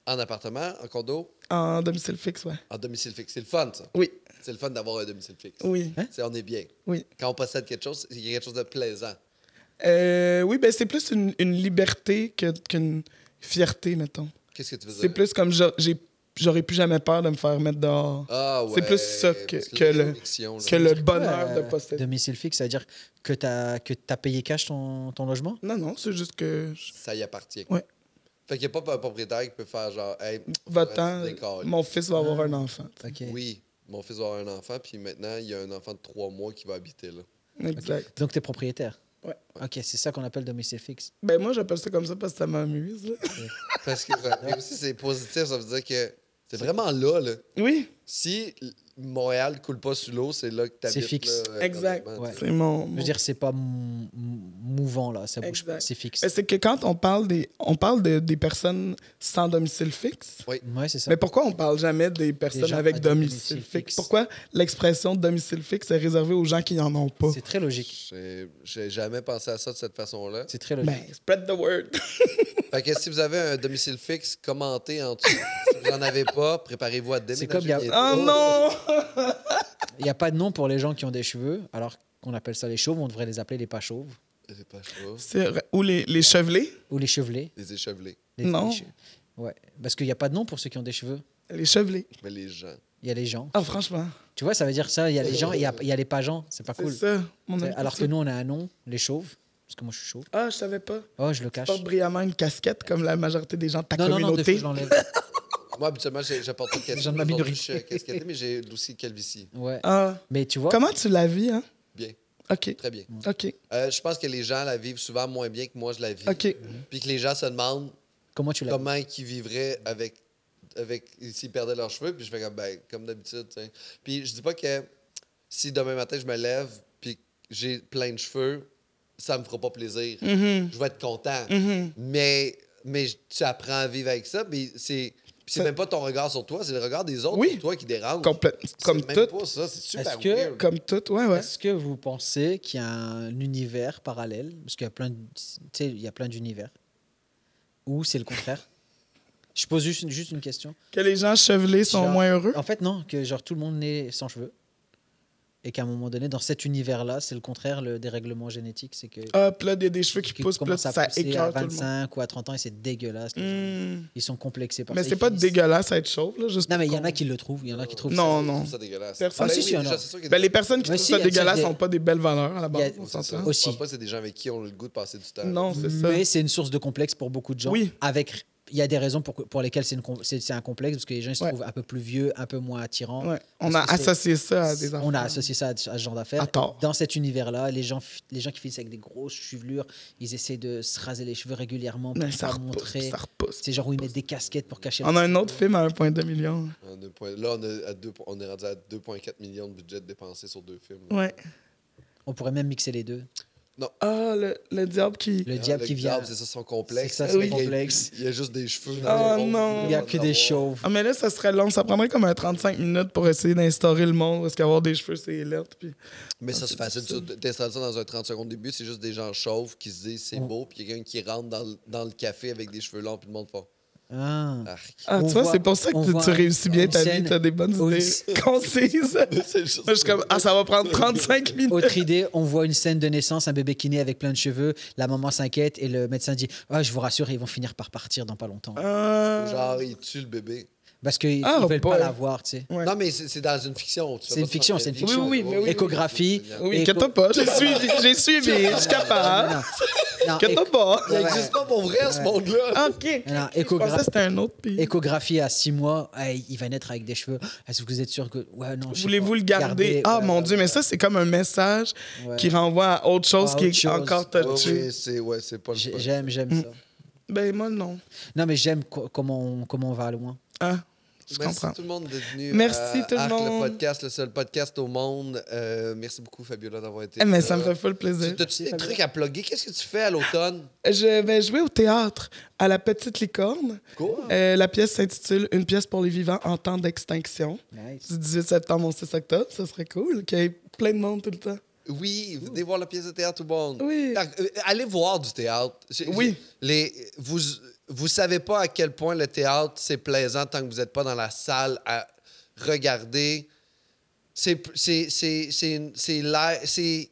Speaker 2: en appartement, en condo,
Speaker 1: en domicile fixe, ouais.
Speaker 2: en domicile fixe. C'est le fun, ça.
Speaker 1: Oui,
Speaker 2: C'est le fun d'avoir un domicile fixe.
Speaker 1: oui,
Speaker 3: Hein?
Speaker 2: C'est- on est bien.
Speaker 1: oui.
Speaker 2: Quand on possède quelque chose, il y a quelque chose de plaisant.
Speaker 1: Euh, oui, ben c'est plus une, une liberté que, qu'une fierté, mettons.
Speaker 2: Qu'est-ce que tu veux dire?
Speaker 1: C'est plus comme j'a- j'ai, j'aurais plus jamais peur de me faire mettre dehors.
Speaker 2: Ah ouais,
Speaker 1: C'est plus ça que-
Speaker 2: parce
Speaker 1: que
Speaker 2: la
Speaker 1: le-
Speaker 2: conviction, là.
Speaker 1: que le
Speaker 3: Ouais,
Speaker 1: bonheur
Speaker 3: euh,
Speaker 1: de posséder.
Speaker 3: Domicile fixe, c'est-à-dire que t'as que t'as payé cash ton, ton logement
Speaker 1: Non, non, c'est juste que je-
Speaker 2: Ça y appartient.
Speaker 1: Ouais. Mm,
Speaker 2: Fait qu'il n'y a pas un propriétaire qui peut faire genre, hey,
Speaker 1: va-t'en,
Speaker 2: reste dans le décor.
Speaker 1: mon fils va avoir un enfant. tu sais.
Speaker 3: Ah. Ok.
Speaker 2: oui, mon fils va avoir un enfant, puis maintenant, il y a un enfant de trois mois qui va habiter là.
Speaker 1: Exact.
Speaker 3: Donc, t'es propriétaire
Speaker 1: Ouais.
Speaker 3: Ok, c'est ça qu'on appelle domicile fixe.
Speaker 1: Ben moi, j'appelle ça comme ça parce que ça m'amuse. là.
Speaker 2: Parce que ça- mais aussi, c'est positif, ça veut dire que c'est vraiment là, là.
Speaker 1: Oui,
Speaker 2: Si l- Montréal coule pas sous l'eau, c'est là euh, que tu
Speaker 3: C'est fixe.
Speaker 1: exact.
Speaker 3: Ouais.
Speaker 1: C'est mon...
Speaker 3: Je
Speaker 1: mon-
Speaker 3: veux dire, c'est pas mou- mou- mouvant là, ça bouge pas,
Speaker 1: Exact.
Speaker 3: c'est fixe.
Speaker 1: Ben, c'est que quand on parle des, on parle de- des personnes sans domicile fixe,
Speaker 3: Ouais, c'est ça.
Speaker 1: mais pourquoi on parle jamais des personnes
Speaker 3: gens à
Speaker 1: avec
Speaker 3: domicile
Speaker 1: domicile
Speaker 3: fixe.
Speaker 1: fixe? Pourquoi l'expression domicile fixe est réservée aux gens qui n'en ont pas?
Speaker 3: C'est très logique.
Speaker 2: J'ai- J'ai jamais pensé à ça de cette façon-là.
Speaker 3: C'est très
Speaker 1: Ben,
Speaker 3: logique.
Speaker 1: spread the word.
Speaker 2: Fait que si vous avez un domicile fixe, commentez en dessous. si vous n'en avez pas, préparez-vous à déménager.
Speaker 3: comme il y a-
Speaker 2: bientôt.
Speaker 1: Oh non!
Speaker 3: Il n'y a pas de nom pour les gens qui ont des cheveux, alors qu'on appelle ça les chauves, on devrait les appeler les pas chauves
Speaker 2: J'ai pas le choix.
Speaker 1: C'est vrai. Ou les, les chevelés.
Speaker 3: ou les chevelés.
Speaker 2: Les échevelés.
Speaker 3: Les-
Speaker 1: Non.
Speaker 3: les che- ouais, parce qu'il n'y a pas de nom pour ceux qui ont des cheveux.
Speaker 1: Les chevelés.
Speaker 2: Mais les gens.
Speaker 3: Il y a les gens.
Speaker 1: Ah, franchement.
Speaker 3: Tu vois, ça veut dire ça, il y a les gens, il y a, il y a les pas gens, c'est pas
Speaker 1: C'est
Speaker 3: cool.
Speaker 1: ça, mon
Speaker 3: C'est-
Speaker 1: ami.
Speaker 3: Alors que nous, on a un nom, les chauves, parce que moi, je suis chauve.
Speaker 1: Ah, je savais pas.
Speaker 3: Oh, je le cache.
Speaker 1: Porte brillamment une casquette comme la majorité des gens de ta
Speaker 3: Non, non, non, deux fois,
Speaker 1: communauté.
Speaker 3: je l'enlève.
Speaker 2: Moi, habituellement, j'ai- j'apporte pas de casquette.
Speaker 3: Jean de ma
Speaker 2: Aujourd'hui,
Speaker 3: minorité.
Speaker 2: Je suis casquetté, mais j'ai aussi calvitie.
Speaker 3: Ouais.
Speaker 1: Ah.
Speaker 3: Mais tu vois,
Speaker 1: Comment tu la vis, hein?
Speaker 2: Bien,
Speaker 1: OK.
Speaker 2: très bien.
Speaker 1: OK.
Speaker 2: Euh, je pense que les gens la vivent souvent moins bien que moi je la vis.
Speaker 1: OK.
Speaker 2: Puis que les gens se demandent
Speaker 3: comment tu l'as
Speaker 2: comment ils vivraient avec avec s'ils perdaient leurs cheveux puis je fais comme ben, comme d'habitude tu sais. puis je dis pas que si demain matin je me lève puis que j'ai plein de cheveux ça me fera pas plaisir
Speaker 1: Mm. Mhm.
Speaker 2: je vais être content mais mais je- tu apprends à vivre avec ça puis c'est puis c'est
Speaker 1: Ça-
Speaker 2: même pas ton regard sur toi c'est le regard des autres
Speaker 1: Oui.
Speaker 2: sur toi qui dérange
Speaker 1: Complète-
Speaker 2: C'est
Speaker 1: Comme
Speaker 2: même
Speaker 1: tout.
Speaker 2: pas ça c'est super
Speaker 3: Est-ce que-
Speaker 2: weird.
Speaker 1: Comme tout, ouais, ouais.
Speaker 3: Est-ce que vous pensez qu'il y a un univers parallèle Parce qu'il y a plein, de- tu sais, il y a plein d'univers. Ou c'est le contraire Je pose juste une, juste une question.
Speaker 1: Que les gens chevelés sont
Speaker 3: Genre-
Speaker 1: moins heureux.
Speaker 3: En fait, non, que genre tout le monde est sans cheveux. Et qu'à un moment donné, dans cet univers-là, c'est le contraire, le dérèglement génétique. C'est que
Speaker 1: Hop, là, il y a des cheveux Ah, qui
Speaker 3: qui
Speaker 1: poussent, puis là,
Speaker 3: commencent à
Speaker 1: ça
Speaker 3: pousser à
Speaker 1: écœure tout le monde.
Speaker 3: 25 ou à 30 ans et c'est dégueulasse. les gens.
Speaker 1: Hmm.
Speaker 3: Ils sont complexés par
Speaker 1: Mais
Speaker 3: ça.
Speaker 1: c'est
Speaker 3: Ils
Speaker 1: pas
Speaker 3: finissent-
Speaker 1: dégueulasse à être chauve, là, juste
Speaker 3: Non, mais il y
Speaker 1: pour
Speaker 3: en a
Speaker 1: qu'on-
Speaker 3: qui le trouvent. Il y en a qui trouvent
Speaker 2: Ça,
Speaker 1: Non,
Speaker 2: je
Speaker 1: non.
Speaker 2: trouve ça dégueulasse
Speaker 1: Personne-
Speaker 2: Ben
Speaker 1: Ah, si,
Speaker 2: oui,
Speaker 3: si, il y en a.
Speaker 2: déjà, c'est sûr qu'il y a
Speaker 1: Ben,
Speaker 2: des-
Speaker 1: les personnes qui
Speaker 3: Ouais,
Speaker 1: trouvent
Speaker 3: si,
Speaker 1: ça
Speaker 3: y a- tu sais,
Speaker 1: dégueulasse
Speaker 3: y a-
Speaker 1: n'ont pas des belles valeurs à la
Speaker 3: y a-
Speaker 1: base, on
Speaker 2: c'est ça.
Speaker 1: s'entend.
Speaker 2: Je
Speaker 3: Aussi.
Speaker 2: pense pas que c'est des gens avec qui on a le goût de passer du temps
Speaker 1: Non, c'est ça.
Speaker 3: Mais c'est une source de complexe pour beaucoup de gens.
Speaker 1: Oui.
Speaker 3: Avec, il y a des raisons pour, pour lesquelles c'est une com- c'est c'est un complexe, parce que les gens ils se
Speaker 1: Ouais.
Speaker 3: trouvent un peu plus vieux, un peu moins attirants.
Speaker 1: Ouais. On a
Speaker 3: Parce que c'est-
Speaker 1: associé ça à des enfants.
Speaker 3: On a associé ça à, à ce genre d'affaires.
Speaker 1: À tort.
Speaker 3: Dans cet univers-là, les gens, fi- les gens qui finissent avec des grosses chevelures, ils essaient de se raser les cheveux régulièrement pour
Speaker 1: Mais ça
Speaker 3: pas
Speaker 1: repousse,
Speaker 3: montrer.
Speaker 1: ça repousse.
Speaker 3: C'est genre où ils mettent des casquettes pour cacher.
Speaker 1: On
Speaker 3: leur-
Speaker 1: a un autre film à 1,2 million.
Speaker 2: En deux points- Là, on, est à deux po- on est rendu à 2,4 millions de budget dépensé sur deux films. là.
Speaker 1: Ouais.
Speaker 3: On pourrait même mixer les deux.
Speaker 1: Ah, le, le diable qui...
Speaker 3: Le
Speaker 2: Ah,
Speaker 3: diable qui vient.
Speaker 2: C'est ça son complexe.
Speaker 3: C'est ça, son
Speaker 2: Il y a-
Speaker 3: complexe.
Speaker 2: Il y a juste des cheveux.
Speaker 1: Ah,
Speaker 2: Des
Speaker 1: non.
Speaker 2: ronds,
Speaker 3: Il n'y a
Speaker 2: des
Speaker 3: que
Speaker 2: ronds.
Speaker 3: des chauves.
Speaker 1: Ah, mais là, ça serait long. Ça prendrait comme un 35 minutes pour essayer d'instaurer le monde, parce qu'avoir des cheveux, c'est lettre. Puis...
Speaker 2: Mais
Speaker 3: Ah,
Speaker 2: ça, c'est facile. Tu t'installes ça dans un 30 secondes début, c'est juste des gens chauves qui se disent c'est beau, puis quelqu'un qui rentre dans, le- dans le café avec des cheveux longs, puis le monde fait
Speaker 3: Ah.
Speaker 2: arc.
Speaker 1: Ah,
Speaker 3: On
Speaker 1: tu vois,
Speaker 3: voit-
Speaker 1: c'est pour ça
Speaker 3: on
Speaker 1: que tu-
Speaker 3: voit
Speaker 1: tu réussis bien
Speaker 3: une
Speaker 1: ta vie,
Speaker 3: scène
Speaker 1: t'as des bonnes
Speaker 3: où
Speaker 1: idées concises.
Speaker 2: C'est juste-
Speaker 1: Moi, je suis comme, ah, ça va prendre 35 minutes.
Speaker 3: Autre idée, on voit une scène de naissance, un bébé qui naît avec plein de cheveux, la maman s'inquiète et le médecin dit Ah, Je vous rassure, ils vont finir par partir dans pas longtemps.
Speaker 1: Ah.
Speaker 2: Genre, il tue le bébé.
Speaker 3: Parce qu'ils
Speaker 1: Ah,
Speaker 3: ne veulent pas
Speaker 1: boy.
Speaker 3: la voir, tu sais.
Speaker 1: Ouais.
Speaker 2: Non, mais c'est c'est dans une fiction. tu fais
Speaker 3: C'est une
Speaker 2: pas ça
Speaker 3: fiction,
Speaker 2: dans la
Speaker 3: c'est une
Speaker 2: vie.
Speaker 3: fiction.
Speaker 1: Oui, oui, oui, mais oui, oui.
Speaker 3: Échographie.
Speaker 1: Oui,
Speaker 3: Et
Speaker 1: inquiète-toi pas, j'ai suivi, j'ai suivi, je suis
Speaker 3: Non, non,
Speaker 1: capable.
Speaker 3: non. Non,
Speaker 1: Que t'as
Speaker 3: éco-
Speaker 1: pas.
Speaker 2: Ça n'existe pas pour vrai, ce
Speaker 1: OK.
Speaker 2: monde-là.
Speaker 3: non,
Speaker 1: Je pensais
Speaker 3: échogra-
Speaker 1: que c'était un autre pays.
Speaker 3: échographie à 6 mois, ah, il va naître avec des cheveux. Est-ce que vous êtes sûr que. Ouais, non. je sais
Speaker 1: Voulez-vous
Speaker 3: pas.
Speaker 1: le garder?
Speaker 3: Gardez,
Speaker 1: Ah,
Speaker 3: ouais,
Speaker 1: mon
Speaker 3: ouais,
Speaker 1: Dieu, mais ça, c'est comme un message
Speaker 3: ouais.
Speaker 1: qui renvoie à autre chose
Speaker 3: À
Speaker 1: qui
Speaker 3: autre
Speaker 1: est
Speaker 3: chose.
Speaker 1: encore
Speaker 2: Ouais,
Speaker 1: touché.
Speaker 2: ouais, c'est ouais, c'est pas le
Speaker 3: J'ai-
Speaker 2: fun.
Speaker 3: J'aime, j'aime
Speaker 1: Mm.
Speaker 3: ça.
Speaker 1: Ben, moi, non.
Speaker 3: Non, mais j'aime co- comment, on, comment on va loin.
Speaker 1: Ah, je
Speaker 3: Ben,
Speaker 2: Merci
Speaker 1: comprends.
Speaker 2: tout le monde d'être venu.
Speaker 1: Merci
Speaker 2: à
Speaker 1: tout le
Speaker 2: Arc,
Speaker 1: monde.
Speaker 2: le podcast, le seul podcast au monde. Euh, merci beaucoup, Fabiola, d'avoir été.
Speaker 1: Eh, mais ça
Speaker 2: là.
Speaker 1: me fait full plaisir.
Speaker 2: Tu as des trucs à plugger? Qu'est-ce que tu fais à l'automne?
Speaker 1: Je vais jouer au théâtre à La Petite Licorne.
Speaker 2: Cool.
Speaker 1: Euh, la pièce s'intitule Une pièce pour les vivants en temps d'extinction.
Speaker 3: Nice.
Speaker 1: Du 18 septembre au 6 octobre, ça serait cool. Qu'il y ait plein de monde tout le temps.
Speaker 2: Oui, venez voir la pièce de théâtre au monde.
Speaker 1: Oui.
Speaker 2: Ah, euh, Allez voir du théâtre. J'ai-
Speaker 1: Oui.
Speaker 2: j'ai- Les, vous vous savez pas à quel point le théâtre, c'est plaisant tant que vous n'êtes pas dans la salle à regarder. C'est c'est- c'est- c'est- c'est l'air- c'est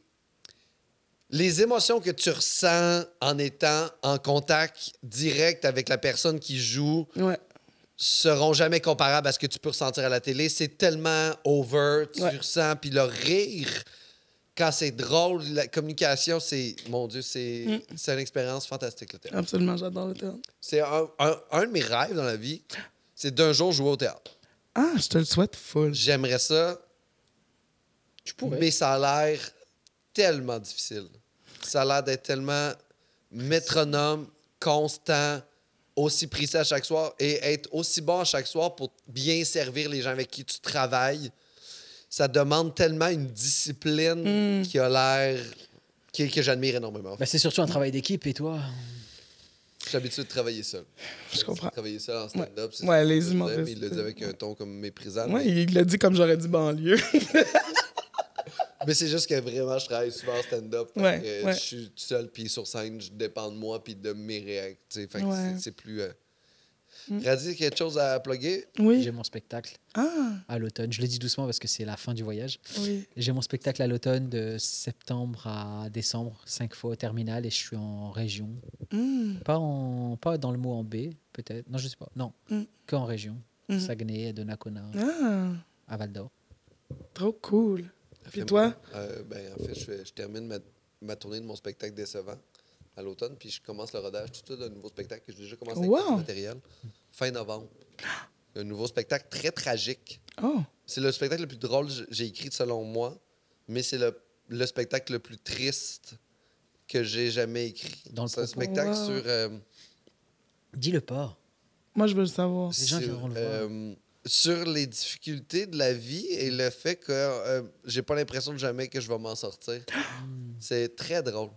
Speaker 2: les émotions que tu ressens en étant en contact direct avec la personne qui joue
Speaker 1: Ouais.
Speaker 2: seront jamais comparables à ce que tu peux ressentir à la télé. C'est tellement over, tu
Speaker 1: Ouais.
Speaker 2: ressens, puis le rire, quand c'est drôle, la communication, c'est, mon Dieu, c'est c'est une expérience fantastique, le théâtre.
Speaker 1: Absolument, j'adore le théâtre.
Speaker 2: C'est un, un- un de mes rêves dans la vie, c'est d'un jour jouer au théâtre.
Speaker 1: Ah, je te le souhaite full.
Speaker 2: J'aimerais ça,
Speaker 3: Tu
Speaker 2: mais ça a l'air tellement difficile. Ça a l'air d'être tellement métronome, constant, aussi précis à chaque soir et être aussi bon à chaque soir pour bien servir les gens avec qui tu travailles. Ça demande tellement une discipline
Speaker 1: Mm.
Speaker 2: qui a l'air. qui- que j'admire énormément.
Speaker 1: Ben.
Speaker 2: en fait.
Speaker 3: Bah, c'est surtout un travail d'équipe et toi.
Speaker 2: Je suis habitué de travailler seul. Je suis
Speaker 1: comprends.
Speaker 2: habitué de Travailler seul en stand-up. c'est
Speaker 1: Ouais,
Speaker 2: ça que
Speaker 1: les
Speaker 2: je disais,
Speaker 1: humoristes. euh,
Speaker 2: mais Il le dit avec un ton comme méprisant.
Speaker 1: Ouais,
Speaker 2: mais-
Speaker 1: il l'a dit comme j'aurais dit banlieue.
Speaker 2: Mais c'est juste que vraiment, je travaille souvent en stand-up. fait
Speaker 1: Ouais,
Speaker 2: que
Speaker 1: ouais.
Speaker 2: Je suis tout seul, puis sur scène, je dépends de moi, puis de mes réactions. Fait que
Speaker 1: Ouais. Hmm.
Speaker 2: c'est- c'est plus. Euh... Radis, quelque chose à plugger?
Speaker 1: oui.
Speaker 3: J'ai mon spectacle
Speaker 1: Ah,
Speaker 3: à l'automne. Je le dis doucement parce que c'est la fin du voyage.
Speaker 1: oui.
Speaker 3: J'ai mon spectacle à l'automne de septembre à décembre, cinq fois au terminal et je suis en région.
Speaker 1: Hmm.
Speaker 3: Pas, en, pas dans le mot en B, peut-être. Non, je sais pas. Non,
Speaker 1: Mm.
Speaker 3: que en région.
Speaker 1: Mhm.
Speaker 3: Saguenay, de Nakona,
Speaker 1: Ah,
Speaker 3: à Val d'Or.
Speaker 1: trop cool. Puis
Speaker 2: Fais-
Speaker 1: toi?
Speaker 2: Euh, ben, en fait, je, fais- je termine ma, ma tournée de mon spectacle décevant à l'automne, puis je commence le rodage tout de suite d'un nouveau spectacle que j'ai déjà commencé
Speaker 1: Wow!
Speaker 2: avec du matériel. Fin novembre. Un nouveau spectacle très tragique.
Speaker 1: Oh,
Speaker 2: C'est le spectacle le plus drôle que j'ai écrit selon moi, mais c'est le, le spectacle le plus triste que j'ai jamais écrit.
Speaker 3: Dans le
Speaker 2: C'est un
Speaker 3: propos.
Speaker 2: spectacle
Speaker 1: Wow.
Speaker 2: sur. euh,
Speaker 3: Dis-le pas.
Speaker 1: moi, je veux le savoir.
Speaker 3: Les gens
Speaker 2: sur,
Speaker 3: viendront le
Speaker 2: euh, sur les difficultés de la vie et le fait que euh, j'ai pas l'impression de jamais que je vais m'en sortir.
Speaker 3: Hmm.
Speaker 2: C'est très drôle.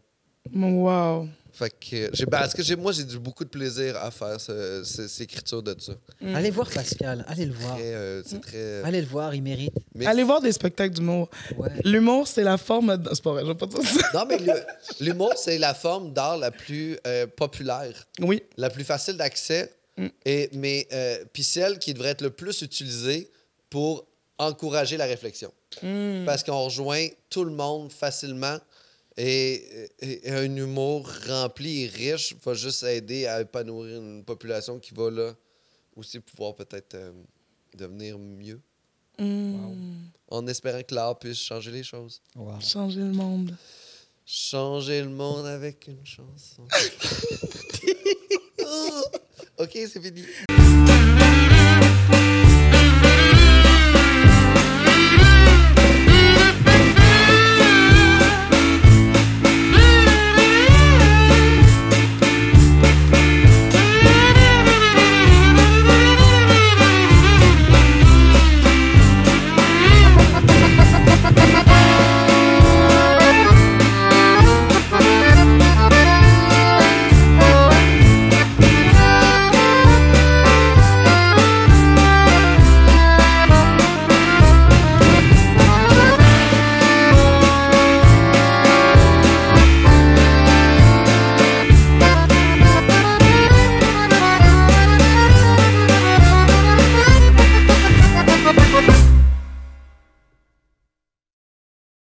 Speaker 1: Wow.
Speaker 2: Fait que, j'ai, ben, parce que j'ai, moi, j'ai du beaucoup de plaisir à faire ce- ce- cette écriture de ça.
Speaker 1: Mm.
Speaker 3: Allez voir Pascal, allez le voir.
Speaker 2: Très, euh, c'est très.
Speaker 3: Allez le Hmm. voir, il mérite.
Speaker 2: mais-
Speaker 1: Allez voir des spectacles d'humour.
Speaker 3: Ouais.
Speaker 1: L'humour, c'est la forme. de- C'est pas vrai, je vais pas dire ça.
Speaker 2: Non, mais le- l'humour, c'est la forme d'art la plus euh, populaire.
Speaker 1: Oui.
Speaker 2: la plus facile d'accès,
Speaker 1: Mm.
Speaker 2: et mais euh, puis celle qui devrait être le plus utilisée pour encourager la réflexion.
Speaker 1: Hmm.
Speaker 2: Parce qu'on rejoint tout le monde facilement et, et- et un humour rempli et riche va juste aider à épanouir une population qui va là aussi pouvoir peut-être euh, devenir mieux.
Speaker 1: Hmm.
Speaker 2: En espérant que l'art puisse changer les choses.
Speaker 3: Wow.
Speaker 1: Changer le monde.
Speaker 2: Changer le monde avec une Oh, chanson. ok, c'est fini.